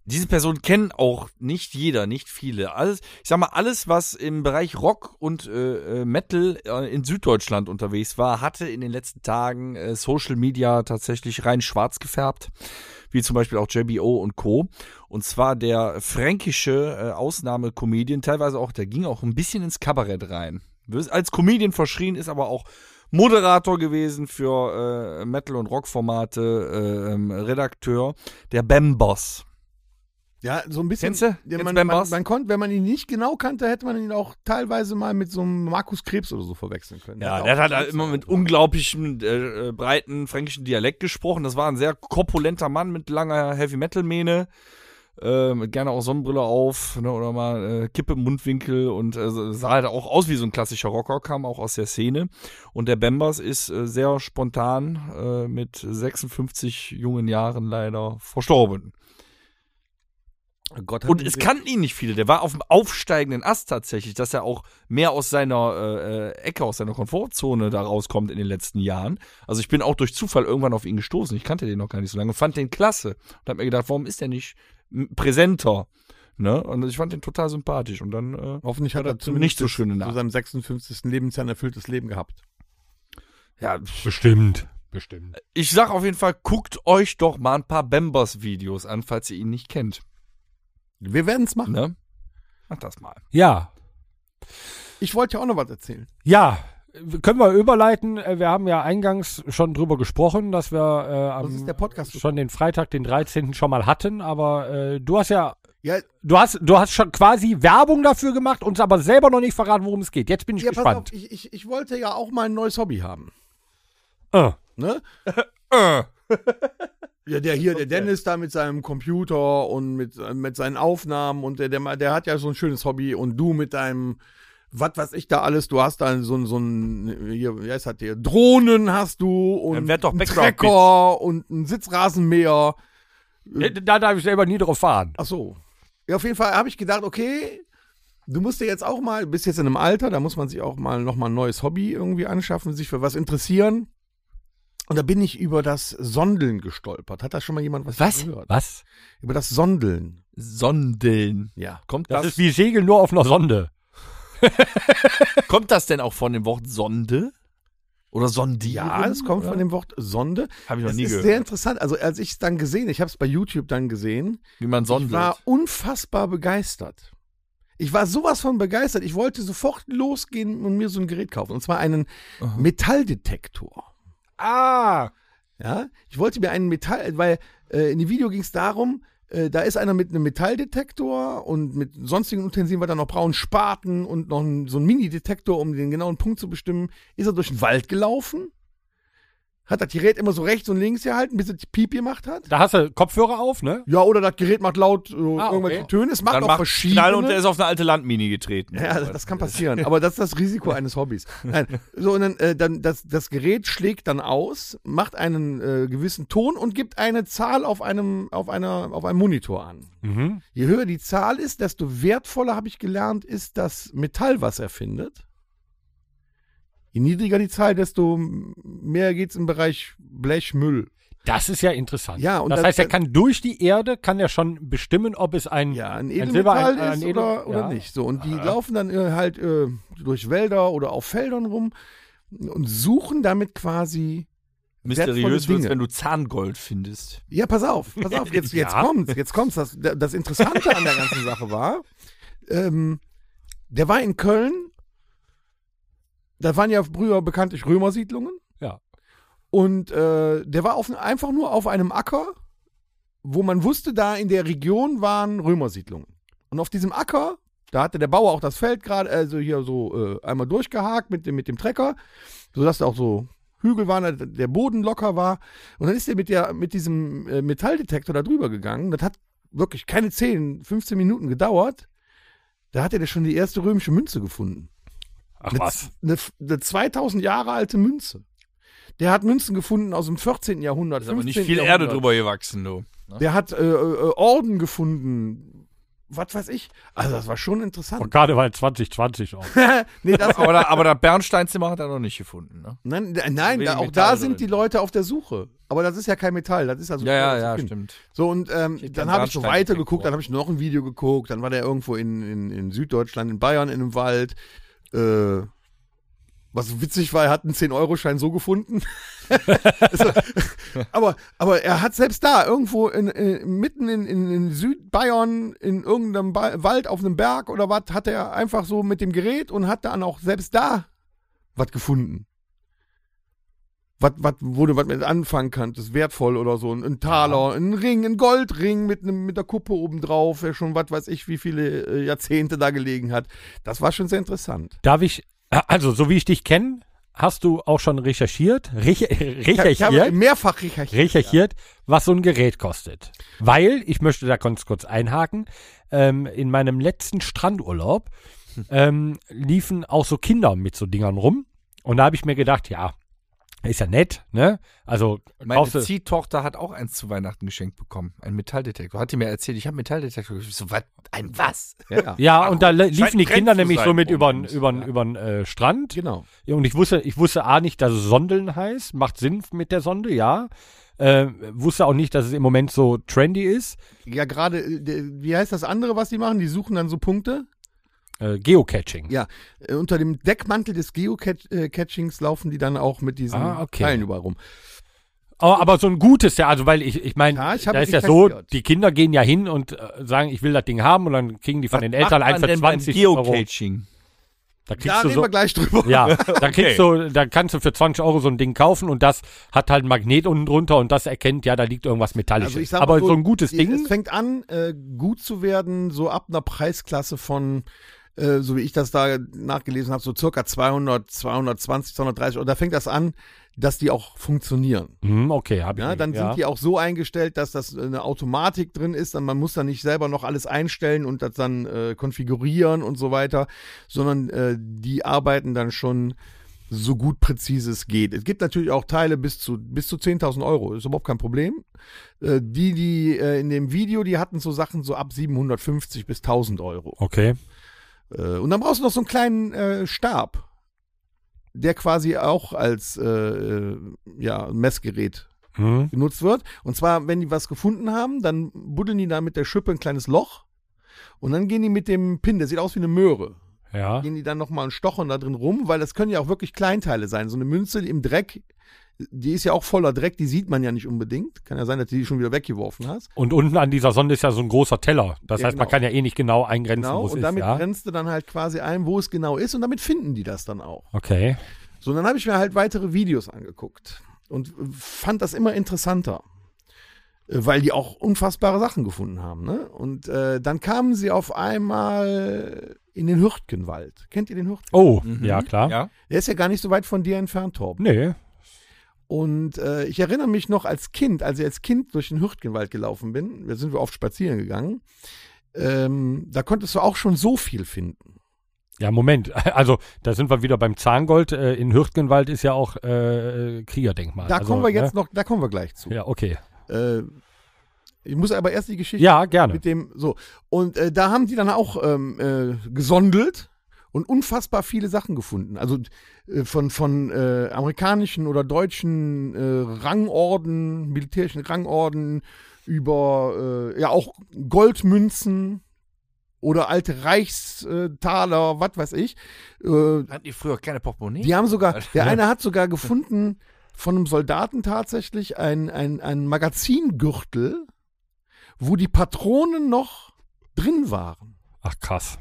Speaker 3: Diese Person kennen auch nicht jeder, nicht viele. Alles, ich sag mal, alles, was im Bereich Rock und äh, äh, Metal äh, in Süddeutschland unterwegs war, hatte in den letzten Tagen äh, Social Media tatsächlich rein schwarz gefärbt. Wie zum Beispiel auch JBO und Co. Und zwar der fränkische äh, Ausnahmecomedian, teilweise auch, der ging auch ein bisschen ins Kabarett rein. Wirst Als Comedian verschrien, ist aber auch Moderator gewesen für äh, Metal- und Rockformate, äh, ähm, Redakteur, der Bamboss.
Speaker 4: Ja, so ein bisschen.
Speaker 3: Kennst du?
Speaker 4: Ja,
Speaker 3: Kennst
Speaker 4: man,
Speaker 3: Ben
Speaker 4: man,
Speaker 3: Bass?
Speaker 4: man konnte, wenn man ihn nicht genau kannte, hätte man ihn auch teilweise mal mit so einem Markus Krebs oder so verwechseln können.
Speaker 3: Ja,
Speaker 4: auch
Speaker 3: der hat halt
Speaker 4: Krebs
Speaker 3: immer
Speaker 4: oder
Speaker 3: mit
Speaker 4: so.
Speaker 3: unglaublichem äh, äh, breiten fränkischen Dialekt gesprochen. Das war ein sehr korpulenter Mann mit langer Heavy Metal Mähne, äh, mit gerne auch Sonnenbrille auf ne, oder mal äh, Kippe im Mundwinkel und äh, sah halt auch aus wie so ein klassischer Rocker, kam auch aus der Szene. Und der Bembers ist äh, sehr spontan äh, mit 56 jungen Jahren leider verstorben.
Speaker 4: Oh Gott hat
Speaker 3: Und
Speaker 4: ihn
Speaker 3: es
Speaker 4: selig.
Speaker 3: kannten ihn nicht viele. Der war auf dem aufsteigenden Ast tatsächlich, dass er auch mehr aus seiner äh, äh, Ecke, aus seiner Komfortzone da rauskommt in den letzten Jahren. Also ich bin auch durch Zufall irgendwann auf ihn gestoßen. Ich kannte den noch gar nicht so lange und fand den klasse. Und hab mir gedacht, warum ist der nicht m- präsenter? Ne? Und ich fand den total sympathisch. Und dann äh,
Speaker 4: Hoffentlich hat
Speaker 3: Hat
Speaker 4: er
Speaker 3: er
Speaker 4: zumindest
Speaker 3: nicht so schöne
Speaker 4: zu
Speaker 3: Nacht.
Speaker 4: seinem 56. Lebensjahr ein erfülltes Leben gehabt.
Speaker 3: ja,
Speaker 2: Bestimmt. Bestimmt.
Speaker 3: ich sag auf jeden Fall, guckt euch doch mal ein paar Bambers-Videos an, falls ihr ihn nicht kennt.
Speaker 4: Wir werden es machen.
Speaker 3: Ne? Macht das mal.
Speaker 2: Ja.
Speaker 3: Hm?
Speaker 4: Ich wollte ja auch noch was erzählen.
Speaker 2: Ja. Können wir überleiten? Äh, Wir haben ja eingangs schon drüber gesprochen, dass wir äh, am,
Speaker 3: Ähm,
Speaker 4: Das ist der Podcast.
Speaker 2: schon den Freitag, den 13. schon mal hatten, aber äh, du hast ja.
Speaker 4: Ja,
Speaker 2: Du hast, du hast schon quasi Werbung dafür gemacht, uns aber selber noch nicht verraten, worum es geht. Jetzt bin ich
Speaker 4: ja pass auf,
Speaker 2: gespannt.
Speaker 4: ich, ich, ich wollte ja auch mal ein neues Hobby haben.
Speaker 2: Äh,
Speaker 4: Ne?
Speaker 3: Äh.
Speaker 4: Ja, der hier, der Dennis da mit seinem Computer und mit, mit seinen Aufnahmen und der, der, der hat ja so ein schönes Hobby und du mit deinem, was weiß ich da alles, du hast da so ein, so ein, hier, wie heißt das hier, Drohnen hast du und
Speaker 3: Dann werd doch
Speaker 4: einen
Speaker 3: Background-Bitch.
Speaker 4: Trecker und einen Sitzrasenmäher.
Speaker 2: Äh. Da darf ich selber nie drauf fahren.
Speaker 4: Ach so. Ja, auf jeden Fall habe ich gedacht, okay, du musst dir jetzt auch mal, bist jetzt in einem Alter, da muss man sich auch mal nochmal ein neues Hobby irgendwie anschaffen, sich für was interessieren. Und da bin ich über das Sondeln gestolpert. Hat da schon mal jemand was, gehört?
Speaker 2: Was?
Speaker 4: Über das Sondeln.
Speaker 3: Sondeln.
Speaker 4: Ja.
Speaker 3: Kommt
Speaker 2: Das, ist wie Segeln nur auf einer Sonde.
Speaker 3: Kommt das denn auch von dem Wort Sonde? Oder sondieren?
Speaker 4: Ja, es kommt von dem Wort Sonde.
Speaker 3: Habe ich noch
Speaker 4: Das
Speaker 3: nie
Speaker 4: ist
Speaker 3: gehört.
Speaker 4: sehr interessant. Also als ich es dann gesehen, ich habe es bei YouTube dann gesehen,
Speaker 3: wie man
Speaker 4: Ich
Speaker 3: sondelt.
Speaker 4: war unfassbar begeistert. Ich war sowas von begeistert. Ich wollte sofort losgehen und mir so ein Gerät kaufen. Und zwar einen Metalldetektor.
Speaker 2: Ah.
Speaker 4: Ja, ich wollte mir einen Metall, weil äh, in dem Video ging es darum, äh, da ist einer mit einem Metalldetektor und mit sonstigen Utensilien, weil da noch braunen Spaten und noch ein, so ein Mini-Detektor, um den genauen Punkt zu bestimmen, ist er durch den Wald gelaufen, hat das Gerät immer so rechts und links gehalten, bis es Piep gemacht hat.
Speaker 2: Da hast du Kopfhörer auf, ne?
Speaker 4: Ja, oder das Gerät macht laut äh, irgendwelche
Speaker 2: okay.
Speaker 4: Töne. Es macht
Speaker 3: Ah, Dann
Speaker 4: auch
Speaker 3: macht
Speaker 4: verschiedene.
Speaker 3: Knall und er ist auf eine alte Landmine getreten.
Speaker 4: Ja, das, das kann passieren, aber das ist das Risiko eines Hobbys. Nein, so, und dann, äh, dann das, das Gerät schlägt dann aus, macht einen äh, gewissen Ton und gibt eine Zahl auf einem, auf einer, auf einem Monitor an.
Speaker 2: Mhm.
Speaker 4: Je höher die Zahl ist, desto wertvoller, habe ich gelernt, ist das Metall, was er findet. Je niedriger die Zahl, desto mehr geht's im Bereich Blech, Müll.
Speaker 2: Das ist ja interessant.
Speaker 4: Ja, und äh
Speaker 2: das,
Speaker 4: das-
Speaker 2: heißt, er
Speaker 4: das-
Speaker 2: kann durch die Erde, kann er schon bestimmen, ob es ein,
Speaker 4: Ja, ein
Speaker 2: Silber-
Speaker 4: Edelmetall
Speaker 2: ein-
Speaker 4: ist
Speaker 2: ein Edel-
Speaker 4: oder, oder
Speaker 2: ja.
Speaker 4: nicht. So, und die laufen dann äh, halt äh, durch Wälder oder auf Feldern rum und suchen damit quasi. wertvolle
Speaker 3: Mysteriös
Speaker 4: Dinge.
Speaker 3: wird wenn du Zahngold findest.
Speaker 4: Ja, pass auf, pass auf, jetzt, jetzt
Speaker 2: Ja.
Speaker 4: kommt's, jetzt kommt's. Das, das Interessante an der ganzen Sache war, ähm, der war in Köln, da waren ja früher bekanntlich Römersiedlungen.
Speaker 2: Ja.
Speaker 4: Und äh, der war auf, einfach nur auf einem Acker, wo man wusste, da in der Region waren Römersiedlungen. Und auf diesem Acker, da hatte der Bauer auch das Feld gerade, also hier so äh, einmal durchgehakt mit dem, mit dem Trecker, sodass da auch so Hügel waren, da der Boden locker war. Und dann ist er mit, der, mit diesem äh, Metalldetektor da drüber gegangen. Das hat wirklich keine 10, 15 Minuten gedauert. Da hatte der schon die erste römische Münze gefunden.
Speaker 2: Ach
Speaker 4: Eine-
Speaker 2: was.
Speaker 4: Eine, eine 2000 Jahre alte Münze. Der hat Münzen gefunden aus dem 14. Jahrhundert.
Speaker 3: Da ist aber nicht
Speaker 4: 15.
Speaker 3: viel
Speaker 4: Jahrhundert.
Speaker 3: Erde drüber gewachsen, du.
Speaker 4: Der hat äh, äh, Orden gefunden. Was weiß ich. Also, das war schon
Speaker 2: Und
Speaker 4: interessant.
Speaker 2: Karneval 2020 auch.
Speaker 4: nee, das,
Speaker 3: Aber, da, aber das Bernsteinzimmer hat er noch nicht gefunden, ne?
Speaker 4: nein, da, nein
Speaker 3: Wegen
Speaker 4: da, auch
Speaker 3: Metall
Speaker 4: da
Speaker 3: drin.
Speaker 4: sind die Leute auf der Suche. Aber das ist ja kein Metall. Das ist also schwer zu finden.
Speaker 3: stimmt.
Speaker 4: So, und ähm,
Speaker 3: hätte
Speaker 4: dann
Speaker 3: gern
Speaker 4: habe ich so
Speaker 3: Bernstein
Speaker 4: weitergeguckt,
Speaker 3: gekriegt,
Speaker 4: dann habe ich noch ein Video geguckt, dann war der irgendwo in, in, in Süddeutschland, in Bayern, in einem Wald. Äh, was witzig war, er hat einen 10-Euro-Schein so gefunden. also, aber, aber er hat selbst da irgendwo in, in, mitten in, in, in Südbayern, in irgendeinem ba Wald auf einem Berg oder was, hat er einfach so mit dem Gerät und hat dann auch selbst da was gefunden. was, was, wo du was mit anfangen kannst, wertvoll oder so. Ein, ein Taler, ein Ring, ein Goldring mit, einem- mit der Kuppe obendrauf, der schon was weiß ich, wie viele äh, Jahrzehnte da gelegen hat. Das war schon sehr interessant.
Speaker 2: Darf ich, also so wie ich dich kenne, hast du auch schon recherchiert, rech,
Speaker 4: Ich habe
Speaker 2: recherchiert,
Speaker 4: mehrfach recherchiert.
Speaker 2: recherchiert, was so ein Gerät kostet. Weil, ich möchte da ganz kurz einhaken, ähm, in meinem letzten Strandurlaub
Speaker 3: Hm.
Speaker 2: ähm, liefen auch so Kinder mit so Dingern rum. Und da habe ich mir gedacht, ja, ist ja nett, ne? Also,
Speaker 3: Meine
Speaker 2: kaufst du-
Speaker 3: Ziehtochter hat auch eins zu Weihnachten geschenkt bekommen. Ein Metalldetektor. Hat die mir erzählt, ich habe einen Metalldetektor. Ich so, was? Ein was?
Speaker 4: Ja, ja.
Speaker 2: ja, und da le-
Speaker 3: scheint
Speaker 2: liefen die
Speaker 3: ein Trend
Speaker 2: Kinder
Speaker 3: zu
Speaker 2: nämlich
Speaker 3: sein
Speaker 2: so mit
Speaker 3: im
Speaker 2: übern,
Speaker 3: Moment,
Speaker 2: übern,
Speaker 3: ja.
Speaker 2: übern äh, Strand.
Speaker 4: Genau.
Speaker 2: Ja, und ich wusste, ich wusste A nicht, dass es Sondeln heißt. Macht Sinn mit der Sonde, ja. Äh, wusste auch nicht, dass es im Moment so trendy ist.
Speaker 4: Ja, gerade, äh, der- wie heißt das andere, was die machen? Die suchen dann so Punkte.
Speaker 2: Äh, Geocaching.
Speaker 4: Ja, äh, unter dem Deckmantel des Geocachings laufen die dann auch mit diesen
Speaker 2: Ah, okay.
Speaker 4: Teilen überall rum.
Speaker 2: Aber, aber so ein gutes, ja, also weil ich, ich meine,
Speaker 4: Ja, ich hab
Speaker 2: da ist ja so,
Speaker 4: recherchiert.
Speaker 2: die Kinder gehen ja hin und äh, sagen, ich will das Ding haben und dann kriegen die von den Eltern
Speaker 3: Macht man
Speaker 2: einfach
Speaker 3: denn beim
Speaker 2: 20 Euro.
Speaker 3: Geocaching.
Speaker 2: Da kriegst
Speaker 4: Da
Speaker 2: du
Speaker 4: reden
Speaker 2: so,
Speaker 4: wir gleich drüber.
Speaker 2: ja, da kriegst du, da kannst du für 20 Euro so ein Ding kaufen und das hat halt ein Magnet unten drunter und das erkennt, ja, da liegt irgendwas Metallisches.
Speaker 4: Also ich sag mal
Speaker 2: aber so, ein gutes
Speaker 4: die- Es
Speaker 2: Ding,
Speaker 4: fängt an, äh, gut zu werden, so ab einer Preisklasse von, äh, so wie ich das da nachgelesen habe, so circa 200, 220, 230 Euro. Da fängt das an, dass die auch funktionieren.
Speaker 2: hm, okay, hab ich.
Speaker 4: Ja, Ne, dann sind die auch so eingestellt, dass das äh, eine Automatik drin ist. Und man muss dann nicht selber noch alles einstellen und das dann äh, konfigurieren und so weiter, sondern äh, die arbeiten dann schon so gut präzise es geht. Es gibt natürlich auch Teile bis zu, bis zu 10.000 Euro, ist überhaupt kein Problem. Äh, die, die äh, in dem Video, die hatten so Sachen so ab 750 bis 1.000 Euro.
Speaker 2: Okay.
Speaker 4: Äh, und dann brauchst du noch so einen kleinen äh, Stab, der quasi auch als äh, äh, ja, Messgerät
Speaker 2: Hm.
Speaker 4: genutzt wird. Und zwar, wenn die was gefunden haben, dann buddeln die da mit der Schippe ein kleines Loch. Und dann gehen die mit dem Pin, der sieht aus wie eine Möhre,
Speaker 2: Ja.
Speaker 4: gehen die dann nochmal und stochern da drin rum, weil das können ja auch wirklich Kleinteile sein. So eine Münze im Dreck, die ist ja auch voller Dreck, die sieht man ja nicht unbedingt. Kann ja sein, dass du die schon wieder weggeworfen hast.
Speaker 2: Und unten an dieser Sonde ist ja so ein großer Teller. Das
Speaker 4: Ja,
Speaker 2: heißt, man
Speaker 4: genau.
Speaker 2: kann ja eh nicht genau eingrenzen,
Speaker 4: Genau,
Speaker 2: wo es
Speaker 4: und
Speaker 2: ist.
Speaker 4: damit
Speaker 2: Ja?
Speaker 4: grenzt du dann halt quasi ein, wo es genau ist und damit finden die das dann auch.
Speaker 2: Okay.
Speaker 4: So, und dann habe ich mir halt weitere Videos angeguckt und äh, fand das immer interessanter, äh, weil die auch unfassbare Sachen gefunden haben. Ne? Und äh, dann kamen sie auf einmal in den Hürtgenwald. Kennt ihr den Hürtgen?
Speaker 2: Oh, ja, klar.
Speaker 3: Mhm. Ja.
Speaker 4: Der ist ja gar nicht so weit von dir entfernt, Torben.
Speaker 2: Nee.
Speaker 4: Und äh, ich erinnere mich noch als Kind, als ich als Kind durch den Hürtgenwald gelaufen bin, da sind wir oft spazieren gegangen, ähm, da konntest du auch schon so viel finden.
Speaker 2: Ja, Moment. Also, da sind wir wieder beim Zahngold. Äh, in Hürtgenwald ist ja auch äh, Kriegerdenkmal.
Speaker 4: Da
Speaker 2: also,
Speaker 4: kommen wir jetzt
Speaker 2: ne?
Speaker 4: noch, da kommen wir gleich zu.
Speaker 2: Ja, okay.
Speaker 4: Äh, ich muss aber erst die Geschichte
Speaker 2: Ja, gerne.
Speaker 4: Mit dem, so. Und äh, da haben die dann auch ähm, äh, gesondelt und unfassbar viele Sachen gefunden. Also äh, von, von äh, amerikanischen oder deutschen äh, Rangorden, militärischen Rangorden, über äh, ja auch Goldmünzen oder alte Reichstaler, was weiß ich. Äh,
Speaker 3: Hatten die früher keine Portemonnaie?
Speaker 4: die haben sogar,
Speaker 2: Ja.
Speaker 4: der eine hat sogar gefunden von einem Soldaten tatsächlich ein, ein, ein Magazingürtel, wo die Patronen noch drin waren.
Speaker 2: Ach, krass.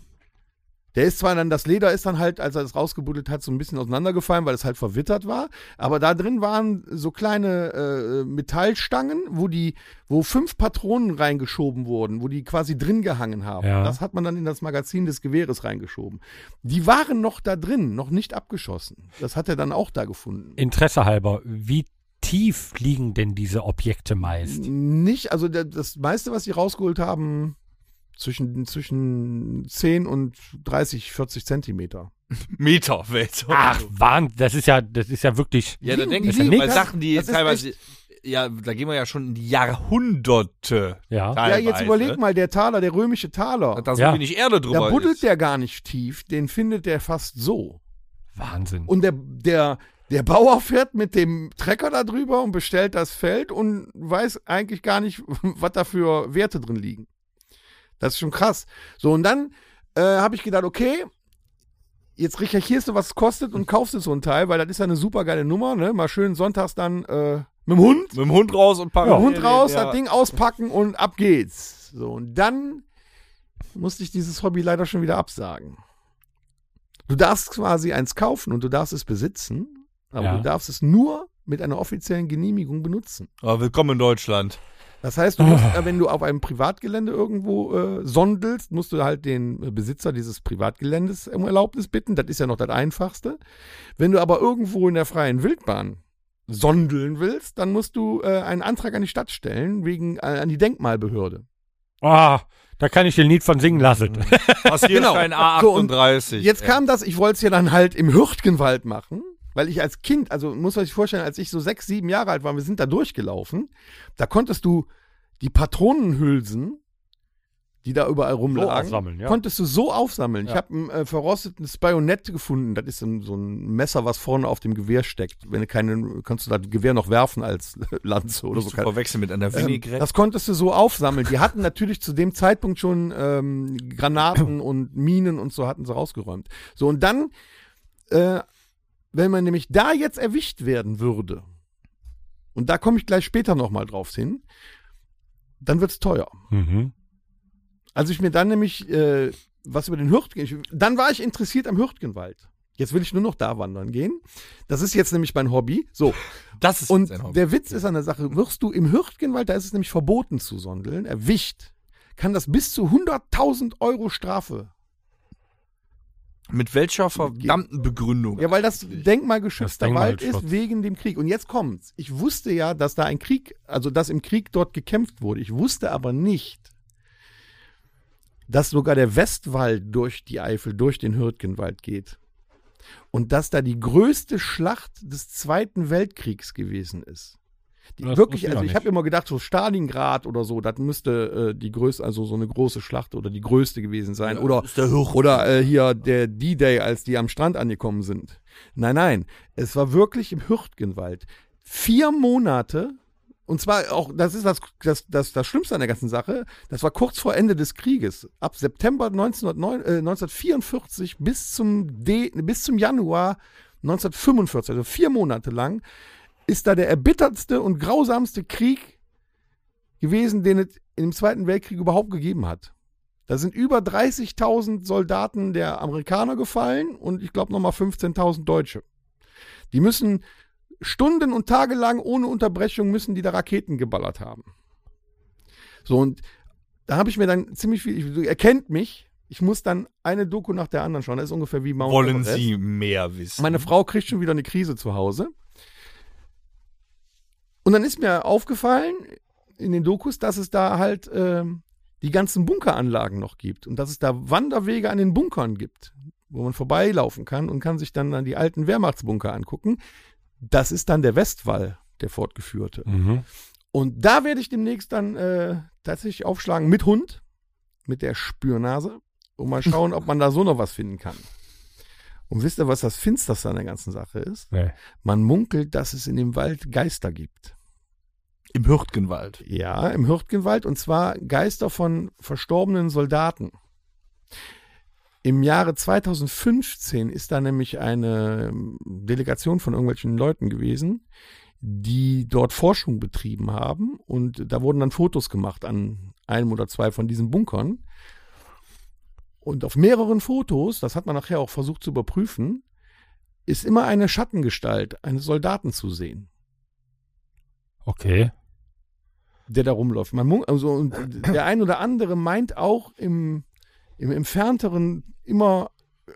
Speaker 4: Der ist zwar dann, das Leder ist dann halt, als er es rausgebuddelt hat, so ein bisschen auseinandergefallen, weil es halt verwittert war. Aber da drin waren so kleine äh, Metallstangen, wo die, wo fünf Patronen reingeschoben wurden, wo die quasi drin gehangen haben.
Speaker 2: Ja.
Speaker 4: Das hat man dann in das Magazin des Gewehres reingeschoben. Die waren noch da drin, noch nicht abgeschossen. Das hat er dann auch da gefunden.
Speaker 2: Interesse halber, wie tief liegen denn diese Objekte meist?
Speaker 4: Nicht, also der, das meiste, was sie rausgeholt haben, zwischen, zwischen 10 und 30, 40 Zentimeter.
Speaker 3: Meter, Welt.
Speaker 2: Ach, Wahnsinn. Das ist ja, das ist ja wirklich.
Speaker 3: Ja, da
Speaker 4: Liegen-
Speaker 3: denke ich
Speaker 4: liegen-
Speaker 3: ja, bei
Speaker 4: das-
Speaker 3: Sachen, die
Speaker 4: das ist
Speaker 3: teilweise. Ja, da gehen wir ja schon in die Jahrhunderte.
Speaker 2: Ja.
Speaker 4: Ja,
Speaker 3: Teilweise.
Speaker 4: jetzt überleg mal, der Taler, der römische Taler.
Speaker 3: Da so
Speaker 2: Ja.
Speaker 3: wenig Erde drüber.
Speaker 4: Da buddelt
Speaker 3: ist.
Speaker 4: der gar nicht tief, den findet der fast so.
Speaker 2: Wahnsinn.
Speaker 4: Und der, der, der Bauer fährt mit dem Trecker da drüber und bestellt das Feld und weiß eigentlich gar nicht, was da für Werte drin liegen. Das ist schon krass. So, und dann äh, habe ich gedacht, okay, jetzt recherchierst du, was es kostet und kaufst dir so ein Teil, weil das ist ja eine super geile Nummer, ne? Mal schön sonntags dann äh, mit dem Hund
Speaker 3: Mit dem Hund raus und
Speaker 4: ja,
Speaker 3: parallel.
Speaker 4: Hund raus,
Speaker 3: ja.
Speaker 4: das Ding auspacken und ab geht's. So, und dann musste ich dieses Hobby leider schon wieder absagen. Du darfst quasi eins kaufen und du darfst es besitzen, aber
Speaker 2: Ja.
Speaker 4: du darfst es nur mit einer offiziellen Genehmigung benutzen.
Speaker 3: Ah, willkommen in Deutschland.
Speaker 4: Das heißt, du musst, äh, wenn du auf einem Privatgelände irgendwo äh, sondelst, musst du halt den äh, Besitzer dieses Privatgeländes um Erlaubnis bitten. Das ist ja noch das Einfachste. Wenn du aber irgendwo in der freien Wildbahn sondeln willst, dann musst du äh, einen Antrag an die Stadt stellen, wegen äh, an die Denkmalbehörde.
Speaker 2: Ah, da kann ich den Lied von singen lassen.
Speaker 3: Hast hier
Speaker 4: Genau.
Speaker 3: kein
Speaker 4: So, und
Speaker 3: A38.
Speaker 4: Jetzt kam das, ich wollte es ja dann halt im Hürtgenwald machen, weil ich als Kind, also muss man sich vorstellen, als ich so sechs, sieben Jahre alt war, wir sind da durchgelaufen, da konntest du die Patronenhülsen, die da überall rumlagen,
Speaker 2: aufsammeln, ja.
Speaker 4: konntest du so aufsammeln. Ich
Speaker 2: Ja.
Speaker 4: habe ein äh, verrostetes Bajonett gefunden, das ist so ein- so ein Messer, was vorne auf dem Gewehr steckt. Wenn du keine, kannst du das Gewehr noch werfen als Lanze oder
Speaker 3: Nicht
Speaker 4: so.
Speaker 3: zu
Speaker 4: Keine-
Speaker 3: verwechseln mit einer
Speaker 4: ähm,
Speaker 3: Vinaigrette.
Speaker 4: Das konntest du so aufsammeln. Die hatten natürlich zu dem Zeitpunkt schon ähm, Granaten und Minen und so hatten sie rausgeräumt. So, und dann, äh, wenn man nämlich da jetzt erwischt werden würde, und da komme ich gleich später nochmal drauf hin, dann wird's teuer.
Speaker 2: mhm.
Speaker 4: Als ich mir dann nämlich äh, was über den Hürtgen, ich, dann war ich interessiert am Hürtgenwald. Jetzt will ich nur noch da wandern gehen. Das ist jetzt nämlich mein Hobby. So,
Speaker 3: das ist
Speaker 4: und
Speaker 3: sein Hobby.
Speaker 4: der Witz ist an der Sache, wirst du im Hürtgenwald, da ist es nämlich verboten zu sondeln, erwischt, kann das bis zu 100.000 Euro Strafe.
Speaker 3: Mit welcher verdammten Begründung?
Speaker 4: Ja, weil das denkmalgeschützter
Speaker 2: Das
Speaker 4: Wald
Speaker 2: Denkmalschutz.
Speaker 4: ist wegen dem Krieg. Und jetzt kommt's. Ich wusste ja, dass da ein Krieg, also dass im Krieg dort gekämpft wurde. Ich wusste aber nicht, dass sogar der Westwald durch die Eifel, durch den Hürtgenwald geht. Und dass da die größte Schlacht des Zweiten Weltkriegs gewesen ist. Die
Speaker 2: Das wusste
Speaker 4: wirklich,
Speaker 2: ich
Speaker 4: also
Speaker 2: auch
Speaker 4: ich
Speaker 2: nicht.
Speaker 4: habe immer gedacht, so Stalingrad oder so, das müsste äh, die größte, also so eine große Schlacht oder die größte gewesen sein. oder oder äh, hier der D-Day, als die am Strand angekommen sind. Nein, nein, es war wirklich im Hürtgenwald. Vier Monate, und zwar auch, das ist das, das, das, das Schlimmste an der ganzen Sache, das war kurz vor Ende des Krieges. Ab September 1909, äh, 1944 bis zum, D, bis zum Januar 1945, also vier Monate lang, ist da der erbittertste und grausamste Krieg gewesen, den es im Zweiten Weltkrieg überhaupt gegeben hat. Da sind über 30.000 Soldaten der Amerikaner gefallen und ich glaube nochmal 15.000 Deutsche. Die müssen Stunden und Tage lang ohne Unterbrechung müssen die da Raketen geballert haben. So und da habe ich mir dann ziemlich viel, ich, ihr erkennt mich, ich muss dann eine Doku nach der anderen schauen. Das ist ungefähr wie Mount
Speaker 3: Wollen
Speaker 4: Everest.
Speaker 3: Sie mehr wissen?
Speaker 4: Meine Frau kriegt schon wieder eine Krise zu Hause. Und dann ist mir aufgefallen in den Dokus, dass es da halt ähm, die ganzen Bunkeranlagen noch gibt und dass es da Wanderwege an den Bunkern gibt, wo man vorbeilaufen kann und kann sich dann an die alten Wehrmachtsbunker angucken. Das ist dann der Westwall, der fortgeführte.
Speaker 2: Mhm.
Speaker 4: Und da werde ich demnächst dann äh, tatsächlich aufschlagen mit Hund, mit der Spürnase und mal schauen, ob man da so noch was finden kann. Und wisst ihr, was das Finsterste an der ganzen Sache ist?
Speaker 2: Nee.
Speaker 4: Man munkelt, dass es in dem Wald Geister gibt.
Speaker 3: Im Hürtgenwald.
Speaker 4: Ja, im Hürtgenwald und zwar Geister von verstorbenen Soldaten. Im Jahre 2015 ist da nämlich eine ähm, Delegation von irgendwelchen Leuten gewesen, die dort Forschung betrieben haben und da wurden dann Fotos gemacht an einem oder zwei von diesen Bunkern. Und auf mehreren Fotos, das hat man nachher auch versucht zu überprüfen, ist immer eine Schattengestalt eines Soldaten zu sehen
Speaker 2: Okay.
Speaker 4: der da rumläuft. Man, mun- also, und der ein oder andere meint auch im, im entfernteren immer